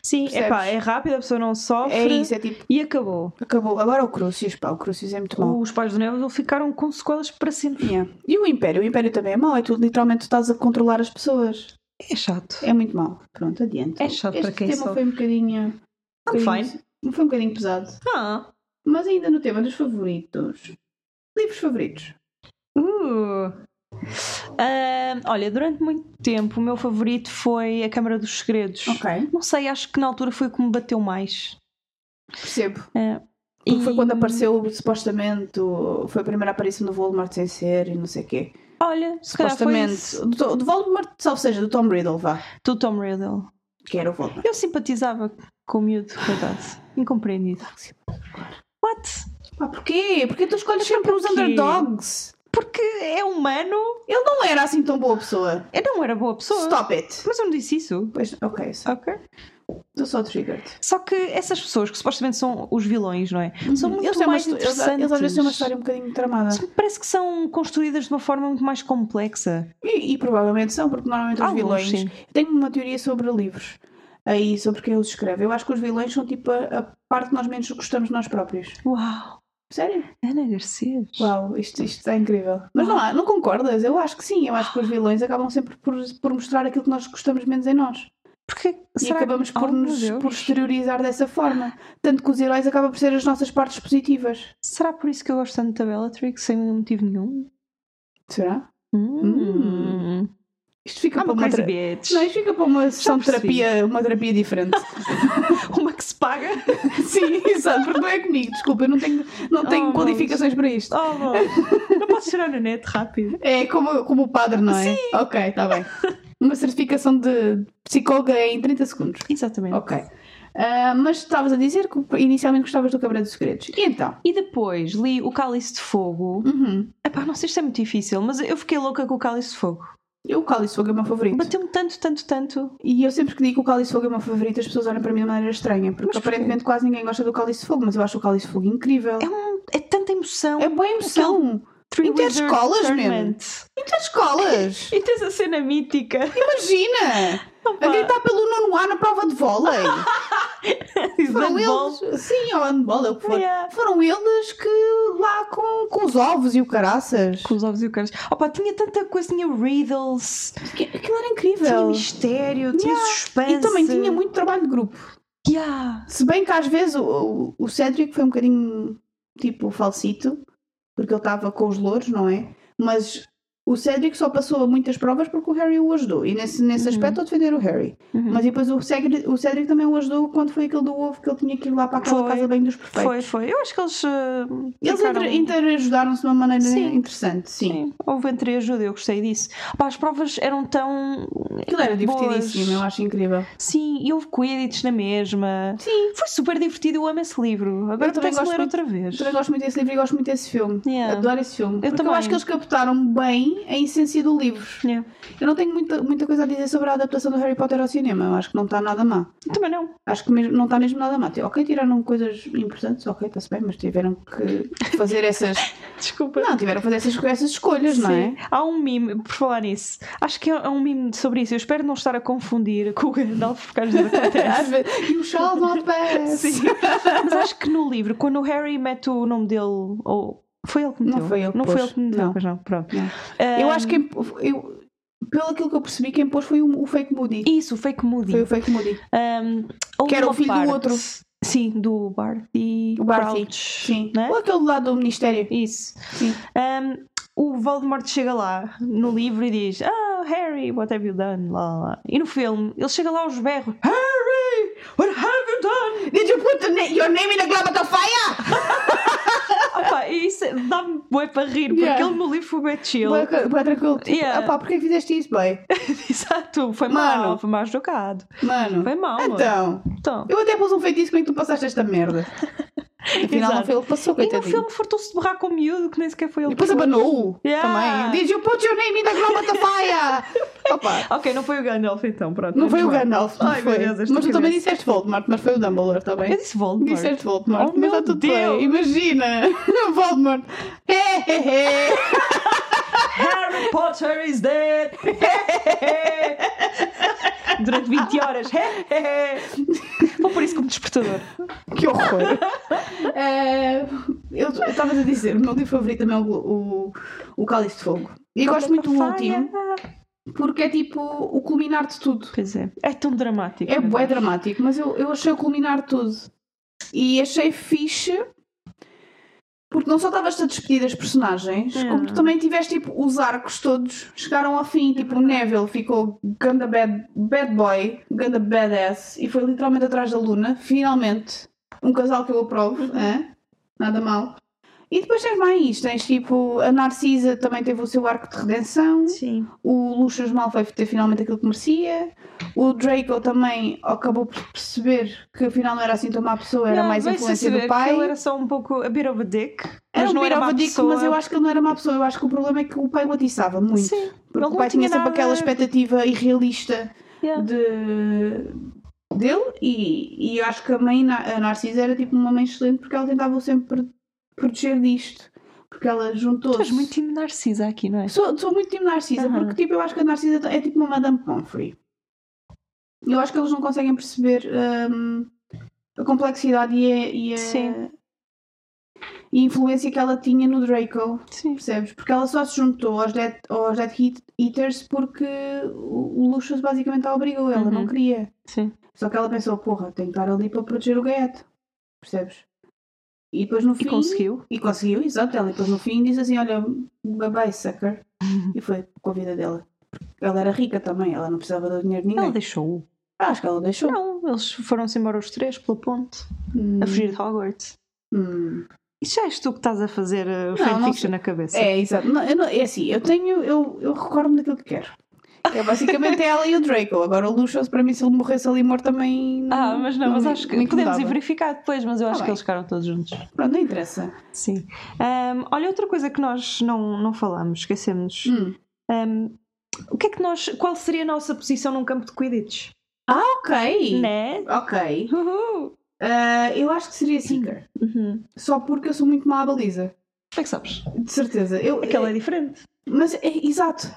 [SPEAKER 1] Sim,
[SPEAKER 2] percebes?
[SPEAKER 1] é pá, é rápido, a pessoa não sofre
[SPEAKER 2] É isso, é tipo,
[SPEAKER 1] e acabou.
[SPEAKER 2] acabou. Agora o Crucius, pá, o Crucius é muito mau.
[SPEAKER 1] Os pais do Neville ficaram com sequelas para sempre.
[SPEAKER 2] Yeah. E o Império? O Império também é mau, é tu literalmente tu estás a controlar as pessoas.
[SPEAKER 1] É chato.
[SPEAKER 2] É muito mau. Pronto, adiante.
[SPEAKER 1] É chato
[SPEAKER 2] este
[SPEAKER 1] para quem
[SPEAKER 2] tema
[SPEAKER 1] sofre.
[SPEAKER 2] foi um bocadinho. um
[SPEAKER 1] I'm
[SPEAKER 2] bocadinho-
[SPEAKER 1] fine.
[SPEAKER 2] Foi um bocadinho pesado.
[SPEAKER 1] Ah,
[SPEAKER 2] Mas ainda no tema dos favoritos. Livros favoritos.
[SPEAKER 1] uh. Ahm, olha, durante muito tempo o meu favorito foi A Câmara dos Segredos.
[SPEAKER 2] Ok.
[SPEAKER 1] Não sei, acho que na altura foi o que me bateu mais.
[SPEAKER 2] Percebo.
[SPEAKER 1] E-
[SPEAKER 2] Porque foi quando apareceu supostamente. o- Foi a primeira aparição do Voldemort sem ser e não sei o quê.
[SPEAKER 1] Olha, se calhar foi
[SPEAKER 2] Supostamente.
[SPEAKER 1] isso.
[SPEAKER 2] Do, do Voldemort, ou seja, do Tom Riddle, vá.
[SPEAKER 1] do Tom Riddle.
[SPEAKER 2] Que era o Voldemort.
[SPEAKER 1] Eu simpatizava com o miúdo, coitado. Incompreendido. What?
[SPEAKER 2] Pá, porquê? Porquê tu escolhes sempre os
[SPEAKER 1] porquê?
[SPEAKER 2] underdogs?
[SPEAKER 1] Porque é humano.
[SPEAKER 2] Ele não era assim tão boa pessoa.
[SPEAKER 1] Eu não era boa pessoa.
[SPEAKER 2] Stop it.
[SPEAKER 1] Mas eu não disse isso.
[SPEAKER 2] Pois, ok. sim.
[SPEAKER 1] Ok.
[SPEAKER 2] Eu sou triggered.
[SPEAKER 1] Só que essas pessoas que supostamente são os vilões, não é? São muito
[SPEAKER 2] Uhum. Hum, eles, têm uma
[SPEAKER 1] mais
[SPEAKER 2] histó- eles,
[SPEAKER 1] interessantes.
[SPEAKER 2] eles às vezes têm uma história um bocadinho tramada.
[SPEAKER 1] Parece que são construídas de uma forma muito mais complexa.
[SPEAKER 2] E, e provavelmente são, porque normalmente os
[SPEAKER 1] Alguns,
[SPEAKER 2] vilões.
[SPEAKER 1] sim.
[SPEAKER 2] Eu tenho uma teoria sobre livros. Aí, sobre quem os escreve. Eu acho que os vilões são tipo a, a parte que nós menos gostamos de nós próprios.
[SPEAKER 1] Uau!
[SPEAKER 2] Sério?
[SPEAKER 1] Ana Garcia.
[SPEAKER 2] Uau, isto, isto é incrível. Mas não, há- não concordas? Eu acho que sim. Eu acho que os vilões acabam sempre por, por mostrar aquilo que nós gostamos menos em nós.
[SPEAKER 1] Porque
[SPEAKER 2] E acabamos por nos por exteriorizar dessa forma. Tanto que os heróis acabam por ser as nossas partes positivas.
[SPEAKER 1] Será por isso que eu gosto tanto da Bellatrix sem motivo nenhum?
[SPEAKER 2] Será?
[SPEAKER 1] Hum.
[SPEAKER 2] Isto fica
[SPEAKER 1] I'm
[SPEAKER 2] para
[SPEAKER 1] a
[SPEAKER 2] uma
[SPEAKER 1] crazy
[SPEAKER 2] tra...
[SPEAKER 1] bitch.
[SPEAKER 2] é. Não, isto fica para uma sessão de
[SPEAKER 1] percebi.
[SPEAKER 2] terapia, uma terapia diferente.
[SPEAKER 1] Uma que se paga.
[SPEAKER 2] sim, exato, porque não é comigo, desculpa, eu não tenho, não tenho
[SPEAKER 1] Oh,
[SPEAKER 2] qualificações para isto.
[SPEAKER 1] Oh, bom. não posso chorar na net rápido.
[SPEAKER 2] É como, como o padre, não é? Sim. Ok, está bem. Uma certificação de psicóloga é em 30 segundos.
[SPEAKER 1] Exatamente.
[SPEAKER 2] Ok. Ah, mas estavas a dizer que inicialmente gostavas do Câmara dos Segredos. E então?
[SPEAKER 1] E depois li o Cálice de Fogo.
[SPEAKER 2] Uhum.
[SPEAKER 1] Epá, não sei se isto é muito difícil, mas eu fiquei louca com o Cálice de Fogo.
[SPEAKER 2] Eu, o Cálice de Fogo é o meu favorito.
[SPEAKER 1] Bateu-me tanto, tanto, tanto.
[SPEAKER 2] E eu sempre que digo que o Cálice de Fogo é o meu favorito, as pessoas olham para mim de maneira estranha, porque
[SPEAKER 1] Mas porquê?
[SPEAKER 2] aparentemente quase ninguém gosta do Cálice de Fogo, mas eu acho o Cálice de Fogo incrível.
[SPEAKER 1] É, um, é tanta emoção.
[SPEAKER 2] É boa emoção.
[SPEAKER 1] Three
[SPEAKER 2] interescolas
[SPEAKER 1] Wizards
[SPEAKER 2] mesmo.
[SPEAKER 1] Tournament.
[SPEAKER 2] Muitas escolas!
[SPEAKER 1] E tens a cena mítica.
[SPEAKER 2] Imagina! A gritar pelo nono A na prova de vôlei. Foram eles. Sim, ao handball, é o que for.
[SPEAKER 1] Yeah.
[SPEAKER 2] Foram eles que lá com, com os ovos e o caraças.
[SPEAKER 1] Com os ovos e o caras. Opa, tinha tanta coisa, tinha riddles,
[SPEAKER 2] Aqu- Aquilo era
[SPEAKER 1] tinha
[SPEAKER 2] incrível.
[SPEAKER 1] mistério, tinha
[SPEAKER 2] Yeah.
[SPEAKER 1] suspense.
[SPEAKER 2] E também
[SPEAKER 1] eh.
[SPEAKER 2] tinha muito trabalho de grupo.
[SPEAKER 1] Yeah.
[SPEAKER 2] Se bem que às vezes o, o- o Cedric foi um bocadinho tipo falsito, porque ele estava com os louros, não é? Mas o Cedric só passou muitas provas porque o Harry o ajudou. E nesse, nesse
[SPEAKER 1] Uhum.
[SPEAKER 2] aspecto eu defender o Harry.
[SPEAKER 1] Uhum.
[SPEAKER 2] Mas depois o Cedric, o Cedric também o ajudou quando foi aquele do ovo que ele tinha que ir lá para aquela
[SPEAKER 1] Foi.
[SPEAKER 2] casa bem dos perfeitos.
[SPEAKER 1] Foi, foi. Eu acho que eles. eh,
[SPEAKER 2] Eles
[SPEAKER 1] ficaram-
[SPEAKER 2] inter, interajudaram-se de uma maneira
[SPEAKER 1] Sim.
[SPEAKER 2] interessante, sim.
[SPEAKER 1] Sim, É, houve entreajuda, eu gostei disso. Pá, as provas eram tão.
[SPEAKER 2] Aquilo era divertidíssimo,
[SPEAKER 1] Boas.
[SPEAKER 2] eu acho incrível.
[SPEAKER 1] Sim, e houve Quidditch na mesma.
[SPEAKER 2] Sim.
[SPEAKER 1] Foi super divertido, eu amo esse livro. Agora
[SPEAKER 2] Eu também
[SPEAKER 1] também gosto ler
[SPEAKER 2] gosto
[SPEAKER 1] outra vez.
[SPEAKER 2] Também gosto muito desse livro e gosto muito desse filme.
[SPEAKER 1] Yeah.
[SPEAKER 2] Adoro esse filme. Porque
[SPEAKER 1] também.
[SPEAKER 2] eu acho que eles captaram bem a essência do livro.
[SPEAKER 1] Yeah.
[SPEAKER 2] Eu não tenho muita, muita coisa a dizer sobre a adaptação do Harry Potter ao cinema. Eu acho que não está nada má.
[SPEAKER 1] Eu Também não.
[SPEAKER 2] Acho que mesmo, não está mesmo nada má. Te- Ok, tiraram coisas importantes, ok, está-se bem, mas tiveram que fazer essas.
[SPEAKER 1] Desculpa.
[SPEAKER 2] não, tiveram que fazer essas, essas escolhas, não é?
[SPEAKER 1] Sim. Há um mime, por falar nisso, acho que há um mime sobre isso. Eu espero não estar a confundir com o Gandalf por causa do que
[SPEAKER 2] Às
[SPEAKER 1] acontece.
[SPEAKER 2] vezes, You shall not pass.
[SPEAKER 1] Sim. Mas acho que no livro, quando o Harry mete o nome dele, ou foi ele que
[SPEAKER 2] Não
[SPEAKER 1] meteu?
[SPEAKER 2] foi ele que
[SPEAKER 1] Não foi
[SPEAKER 2] pôs.
[SPEAKER 1] ele que meteu,
[SPEAKER 2] Não.
[SPEAKER 1] pois não. Pronto.
[SPEAKER 2] Não.
[SPEAKER 1] Ah,
[SPEAKER 2] Eu acho que. Eu, pelo aquilo que eu percebi, quem pôs foi o, o Fake Moody.
[SPEAKER 1] Isso, o fake Moody.
[SPEAKER 2] Foi o Fake Moody.
[SPEAKER 1] Um, houve
[SPEAKER 2] Que era o
[SPEAKER 1] uma
[SPEAKER 2] filho do
[SPEAKER 1] parte-
[SPEAKER 2] outro.
[SPEAKER 1] Sim, do Barty
[SPEAKER 2] O Barty,
[SPEAKER 1] Crouch.
[SPEAKER 2] Sim.
[SPEAKER 1] Né?
[SPEAKER 2] Ou aquele lado do Ministério.
[SPEAKER 1] Isso.
[SPEAKER 2] Sim.
[SPEAKER 1] Um, o Voldemort chega lá no livro e diz Ah, Harry, what have you done? Lá, lá, lá. E no filme, ele chega lá aos berros Harry, what have you done?
[SPEAKER 2] Did you put the na- your name in the glove of fire?
[SPEAKER 1] Opa, e isso é- dá-me bué para rir, porque
[SPEAKER 2] Yeah.
[SPEAKER 1] ele no livro foi bem chill.
[SPEAKER 2] Boa, boa, tranquilo. Tipo,
[SPEAKER 1] Yeah.
[SPEAKER 2] "Ah pá, porquê que fizeste isso, bem?
[SPEAKER 1] Exato, foi
[SPEAKER 2] Mano.
[SPEAKER 1] mal, foi mal jogado.
[SPEAKER 2] Mano.
[SPEAKER 1] Foi mal.
[SPEAKER 2] Então,
[SPEAKER 1] Então.
[SPEAKER 2] eu até pus um feitiço como é que tu passaste esta merda. Afinal, não
[SPEAKER 1] Exato.
[SPEAKER 2] foi ele que passou,
[SPEAKER 1] E no
[SPEAKER 2] coitadinho.
[SPEAKER 1] filme fartou-se de borrar com o miúdo, que nem sequer foi
[SPEAKER 2] E
[SPEAKER 1] ele.
[SPEAKER 2] depois
[SPEAKER 1] que foi.
[SPEAKER 2] abanou-o
[SPEAKER 1] Yeah.
[SPEAKER 2] também. Did you put your name in the glove of the fire? Opa,
[SPEAKER 1] Ok, não foi o Gandalf então, pronto.
[SPEAKER 2] não foi o
[SPEAKER 1] Menos mal.
[SPEAKER 2] Gandalf, não
[SPEAKER 1] Ai, meu
[SPEAKER 2] foi.
[SPEAKER 1] Deus, esta
[SPEAKER 2] mas tu também
[SPEAKER 1] cabeça.
[SPEAKER 2] disseste Voldemort, mas foi o Dumbledore
[SPEAKER 1] Eu
[SPEAKER 2] também.
[SPEAKER 1] disse é Voldemort.
[SPEAKER 2] Disseste Voldemort,
[SPEAKER 1] Oh,
[SPEAKER 2] mas está
[SPEAKER 1] meu
[SPEAKER 2] tudo
[SPEAKER 1] Deus.
[SPEAKER 2] bem. Imagina, Voldemort. É, é, é.
[SPEAKER 1] Harry Potter is dead! Durante 20 horas. Vou por isso como despertador.
[SPEAKER 2] Que horror! É, eu estava a dizer, o meu livro favorito também é o, o, o Cálice de Fogo. E eu gosto muito do último, porque é tipo o culminar de tudo.
[SPEAKER 1] Pois é. É tão dramático.
[SPEAKER 2] É
[SPEAKER 1] meu
[SPEAKER 2] bué
[SPEAKER 1] Deus.
[SPEAKER 2] dramático, mas eu, eu achei o culminar de tudo. E achei fixe, porque não só estavas-te a despedir das personagens,
[SPEAKER 1] É.
[SPEAKER 2] como tu também tiveste tipo os arcos todos chegaram ao fim. Tipo, o Neville ficou ganda bad, bad boy, ganda badass, e foi literalmente atrás da Luna, finalmente. Um casal que eu aprovo, é? nada mal. E depois tens mais, tens tipo, a Narcisa também teve o seu arco de redenção
[SPEAKER 1] Sim.
[SPEAKER 2] o Lucius Malfoy ter finalmente aquilo que merecia, o Draco também acabou por perceber que afinal não era assim tão má pessoa, era
[SPEAKER 1] Não,
[SPEAKER 2] mais
[SPEAKER 1] bem-se
[SPEAKER 2] influência
[SPEAKER 1] saber
[SPEAKER 2] do
[SPEAKER 1] que
[SPEAKER 2] pai.
[SPEAKER 1] Ele era só um pouco a bit of a dick.
[SPEAKER 2] Era
[SPEAKER 1] mas
[SPEAKER 2] um
[SPEAKER 1] não era
[SPEAKER 2] pirava
[SPEAKER 1] má
[SPEAKER 2] dico,
[SPEAKER 1] pessoa.
[SPEAKER 2] mas eu acho que ele não era má pessoa. Eu acho que o problema é que o pai o atiçava muito.
[SPEAKER 1] Sim.
[SPEAKER 2] porque
[SPEAKER 1] ele não
[SPEAKER 2] o pai tinha
[SPEAKER 1] tinha
[SPEAKER 2] sempre
[SPEAKER 1] nada-
[SPEAKER 2] aquela expectativa irrealista
[SPEAKER 1] Yeah.
[SPEAKER 2] de. dele e, e eu acho que a mãe, Na- a Narcisa, era tipo uma mãe excelente porque ela tentava sempre proteger disto. Porque ela
[SPEAKER 1] Tu
[SPEAKER 2] juntou-se.
[SPEAKER 1] és muito time narcisa aqui, não é?
[SPEAKER 2] Sou, sou muito time Narcisa,
[SPEAKER 1] Aham.
[SPEAKER 2] porque tipo, eu acho que a Narcisa é tipo uma Madame Pomfrey. Eu acho que eles não conseguem perceber hum, a complexidade e a, e a-
[SPEAKER 1] Sim.
[SPEAKER 2] e a influência que ela tinha no Draco,
[SPEAKER 1] Sim.
[SPEAKER 2] percebes? Porque ela só se juntou aos Dead, aos dead Heat Eaters porque o o Lucius basicamente a obrigou, ela não
[SPEAKER 1] Uhum.
[SPEAKER 2] queria.
[SPEAKER 1] Sim.
[SPEAKER 2] Só que ela pensou, porra, tenho que estar ali para proteger o Gaeta, percebes? E depois no
[SPEAKER 1] E
[SPEAKER 2] fim...
[SPEAKER 1] conseguiu.
[SPEAKER 2] E conseguiu, exato. Ela depois no fim diz assim: Olha, bye bye, sucker. E foi com a vida dela. Ela era rica também, ela não precisava do dinheiro de
[SPEAKER 1] Ela
[SPEAKER 2] ninguém. Ah,
[SPEAKER 1] deixou-o.
[SPEAKER 2] Acho que ela deixou.
[SPEAKER 1] Não, eles foram-se embora os três pela ponte,
[SPEAKER 2] Hum,
[SPEAKER 1] a fugir de Hogwarts.
[SPEAKER 2] hum.
[SPEAKER 1] Isso já és tu que estás a fazer uh,
[SPEAKER 2] não
[SPEAKER 1] fanfiction
[SPEAKER 2] sei.
[SPEAKER 1] na cabeça.
[SPEAKER 2] É, exato. Não, eu não- é assim, eu tenho, eu, eu recordo-me daquilo que quero. É basicamente ela e o Draco. Agora o Lucius, para mim, se ele morresse ali morto também.
[SPEAKER 1] Ah, mas não, mas acho que
[SPEAKER 2] me
[SPEAKER 1] podemos ir
[SPEAKER 2] incomodava.
[SPEAKER 1] verificar depois, mas eu acho que
[SPEAKER 2] bem.
[SPEAKER 1] eles ficaram todos juntos.
[SPEAKER 2] Pronto, não interessa.
[SPEAKER 1] Sim. Ahm, olha, outra coisa que nós não, não falámos, esquecemos.
[SPEAKER 2] Hum.
[SPEAKER 1] Ahm, o que é que nós. Qual seria a nossa posição num campo de Quidditch?
[SPEAKER 2] Ok.
[SPEAKER 1] Né?
[SPEAKER 2] Ok.
[SPEAKER 1] Uhul.
[SPEAKER 2] Ah, eu acho que seria Seeker.
[SPEAKER 1] Uhum.
[SPEAKER 2] Só porque eu sou muito má à baliza.
[SPEAKER 1] Como é que sabes?
[SPEAKER 2] De certeza. Eu,
[SPEAKER 1] Aquela é diferente.
[SPEAKER 2] Mas, é, exato.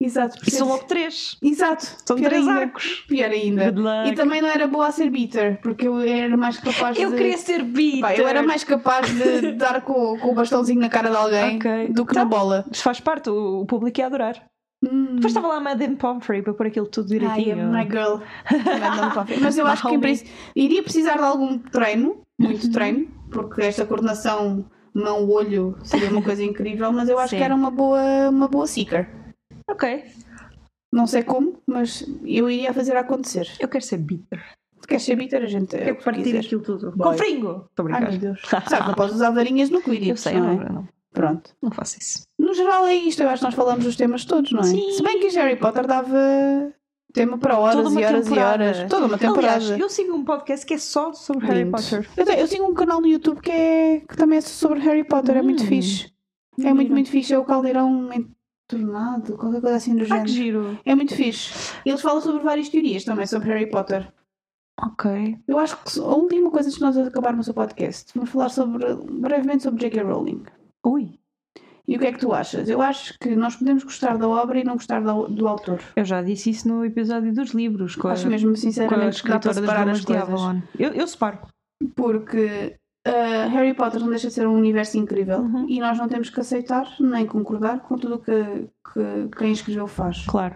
[SPEAKER 2] Exato.
[SPEAKER 1] E são
[SPEAKER 2] percebes?
[SPEAKER 1] logo três.
[SPEAKER 2] Exato.
[SPEAKER 1] São
[SPEAKER 2] pior
[SPEAKER 1] três
[SPEAKER 2] ainda.
[SPEAKER 1] arcos.
[SPEAKER 2] Pior ainda.
[SPEAKER 1] Good luck.
[SPEAKER 2] E também não era boa a ser beater, porque eu era mais capaz
[SPEAKER 1] eu
[SPEAKER 2] de...
[SPEAKER 1] queria ser beat.
[SPEAKER 2] Pá, eu era mais capaz de dar com, com o bastãozinho na cara de alguém
[SPEAKER 1] Ok.
[SPEAKER 2] do que
[SPEAKER 1] Tá.
[SPEAKER 2] na bola.
[SPEAKER 1] Mas faz parte, o, o público ia adorar.
[SPEAKER 2] Hum.
[SPEAKER 1] Depois estava lá a Madame Pomfrey para pôr aquilo tudo
[SPEAKER 2] Ai, é
[SPEAKER 1] direitinho.
[SPEAKER 2] my girl. Mandam-me confiança. Mas eu acho que
[SPEAKER 1] Mahoney.
[SPEAKER 2] preci- iria precisar de algum treino,
[SPEAKER 1] Uhum.
[SPEAKER 2] muito treino, porque esta coordenação mão-olho seria uma coisa incrível, mas eu acho
[SPEAKER 1] Sim.
[SPEAKER 2] que era uma boa, uma boa seeker.
[SPEAKER 1] Ok,
[SPEAKER 2] Não sei como, mas eu iria fazer acontecer.
[SPEAKER 1] eu quero ser bitter.
[SPEAKER 2] Queres ser bitter, a gente. é o
[SPEAKER 1] Quero
[SPEAKER 2] que
[SPEAKER 1] partir
[SPEAKER 2] quiser.
[SPEAKER 1] aquilo tudo. Com
[SPEAKER 2] Bora.
[SPEAKER 1] fringo! Ah, Estou a
[SPEAKER 2] Ai
[SPEAKER 1] brincar.
[SPEAKER 2] meu Deus. Sabe, não podes usar varinhas no Quidditch.
[SPEAKER 1] eu sei, eu
[SPEAKER 2] não é?
[SPEAKER 1] não, não,
[SPEAKER 2] Pronto.
[SPEAKER 1] não faço isso.
[SPEAKER 2] No geral é isto, eu acho que nós falamos dos temas todos, não é?
[SPEAKER 1] Sim.
[SPEAKER 2] Se bem que Harry Potter dava tema para horas
[SPEAKER 1] Toda uma
[SPEAKER 2] e horas
[SPEAKER 1] temporada.
[SPEAKER 2] e horas. Toda uma temporada.
[SPEAKER 1] Aliás, eu sigo um podcast que é só sobre Harry
[SPEAKER 2] Lindo.
[SPEAKER 1] Potter.
[SPEAKER 2] Eu, tenho, eu sigo um canal no YouTube que, é, que também é sobre Harry Potter, é muito
[SPEAKER 1] Hum.
[SPEAKER 2] fixe. É muito, muito fixe. É o caldeirão entornado, qualquer coisa assim do
[SPEAKER 1] Ah, que
[SPEAKER 2] género.
[SPEAKER 1] giro.
[SPEAKER 2] É muito fixe. Eles falam sobre várias teorias também sobre Harry Potter.
[SPEAKER 1] Ok.
[SPEAKER 2] Eu acho que a última coisa antes de nós acabarmos o podcast, vamos falar sobre, brevemente sobre J.K. Rowling.
[SPEAKER 1] Ui,
[SPEAKER 2] E o que é que tu achas? Eu acho que nós podemos gostar da obra e não gostar da- do, autor.
[SPEAKER 1] eu já disse isso no episódio dos livros com a,
[SPEAKER 2] acho mesmo,
[SPEAKER 1] com a
[SPEAKER 2] sinceramente, que dá para
[SPEAKER 1] escritora das
[SPEAKER 2] separar
[SPEAKER 1] Brumas
[SPEAKER 2] as
[SPEAKER 1] de
[SPEAKER 2] coisas.
[SPEAKER 1] Avalon. Eu, eu separo.
[SPEAKER 2] Porque uh, Harry Potter não deixa de ser um universo incrível
[SPEAKER 1] Uhum.
[SPEAKER 2] e nós não temos que aceitar nem concordar com tudo o que, que quem escreveu faz.
[SPEAKER 1] Claro.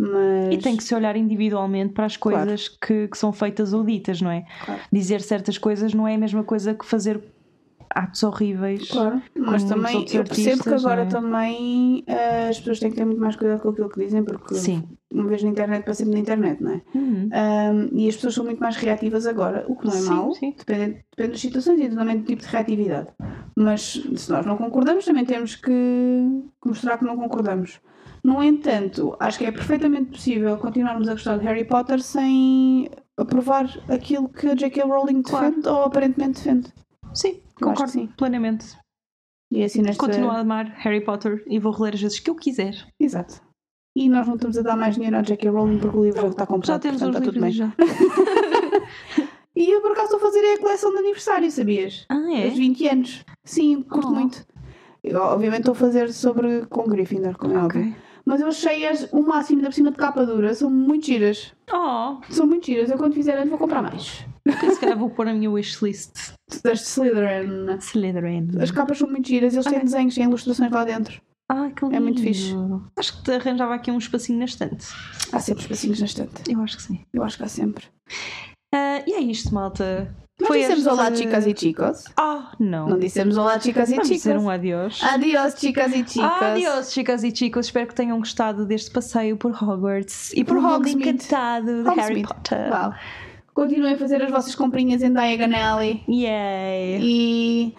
[SPEAKER 2] Mas
[SPEAKER 1] E tem que se olhar individualmente para as
[SPEAKER 2] Claro.
[SPEAKER 1] coisas que, que são feitas ou ditas, não é?
[SPEAKER 2] Claro.
[SPEAKER 1] Dizer certas coisas não é a mesma coisa que fazer atos horríveis.
[SPEAKER 2] Claro, mas
[SPEAKER 1] os
[SPEAKER 2] também
[SPEAKER 1] outros
[SPEAKER 2] eu percebo que
[SPEAKER 1] artistas,
[SPEAKER 2] agora
[SPEAKER 1] não é?
[SPEAKER 2] também uh, as pessoas têm que ter muito mais cuidado com aquilo que dizem, porque
[SPEAKER 1] Sim.
[SPEAKER 2] uma vez na internet para sempre na internet, não é?
[SPEAKER 1] Uhum.
[SPEAKER 2] Um, e as pessoas são muito mais reativas agora, o que não é
[SPEAKER 1] Sim,
[SPEAKER 2] mau,
[SPEAKER 1] sim.
[SPEAKER 2] Depende, depende das situações e também do tipo de reatividade. Mas se nós não concordamos, também temos que que mostrar que não concordamos. No entanto, acho que é perfeitamente possível continuarmos a gostar de Harry Potter sem aprovar aquilo que a J.K. Rowling
[SPEAKER 1] Claro.
[SPEAKER 2] defende ou aparentemente defende.
[SPEAKER 1] Sim,
[SPEAKER 2] Eu acho
[SPEAKER 1] concordo
[SPEAKER 2] que sim.
[SPEAKER 1] plenamente.
[SPEAKER 2] E assim nesta...
[SPEAKER 1] Continuo a amar Harry Potter e vou reler as vezes que eu quiser.
[SPEAKER 2] Exato. E nós não estamos a dar mais dinheiro à J.K. Rowling porque o livro já está comprado,
[SPEAKER 1] Já temos os
[SPEAKER 2] portanto está tudo bem.
[SPEAKER 1] livros já.
[SPEAKER 2] E eu por acaso estou a fazer a coleção de aniversário, sabias?
[SPEAKER 1] Ah,
[SPEAKER 2] Aos
[SPEAKER 1] é?
[SPEAKER 2] 20 anos. Sim, curto
[SPEAKER 1] Oh.
[SPEAKER 2] muito. Eu, obviamente estou a fazer sobre com Gryffindor, como é óbvio.
[SPEAKER 1] Ok.
[SPEAKER 2] Mas eu achei-as o máximo, da cima de capa dura. São muito giras.
[SPEAKER 1] Oh,
[SPEAKER 2] São muito giras. Eu quando fizer anos vou comprar mais.
[SPEAKER 1] que se calhar vou pôr na minha wishlist.
[SPEAKER 2] Das de Slytherin.
[SPEAKER 1] Slytherin.
[SPEAKER 2] As capas são muito giras. Eles têm
[SPEAKER 1] Ok.
[SPEAKER 2] desenhos, têm ilustrações lá dentro.
[SPEAKER 1] Ah, que lindo.
[SPEAKER 2] É muito fixe.
[SPEAKER 1] Acho que te arranjava aqui um espacinho na estante.
[SPEAKER 2] Há sempre espacinhos na estante.
[SPEAKER 1] Eu acho que sim.
[SPEAKER 2] Eu acho que há sempre.
[SPEAKER 1] Ah, e é isto, malta.
[SPEAKER 2] Não
[SPEAKER 1] Foi
[SPEAKER 2] dissemos
[SPEAKER 1] este-
[SPEAKER 2] olá, chicas e chicos.
[SPEAKER 1] Ah, não.
[SPEAKER 2] Não dissemos olá, chicas e
[SPEAKER 1] Vamos dizer
[SPEAKER 2] chicos.
[SPEAKER 1] um adiós. Ah,
[SPEAKER 2] Adiós, chicas e chicos.
[SPEAKER 1] Adiós, chicas e chicos. Espero que tenham gostado deste passeio por Hogwarts e por
[SPEAKER 2] Por
[SPEAKER 1] Hogwarts
[SPEAKER 2] Hogsmeade.
[SPEAKER 1] encantado de Harry
[SPEAKER 2] Hogsmeade.
[SPEAKER 1] Potter.
[SPEAKER 2] Uau. Continuem a fazer as vossas comprinhas em Diagon Alley.
[SPEAKER 1] Yay!
[SPEAKER 2] E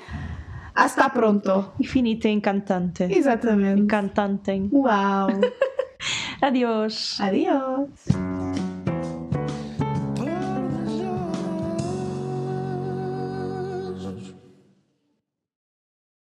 [SPEAKER 2] hasta pronto.
[SPEAKER 1] Infinita encantante.
[SPEAKER 2] Exatamente.
[SPEAKER 1] Encantante.
[SPEAKER 2] Uau.
[SPEAKER 1] Adiós.
[SPEAKER 2] Adiós.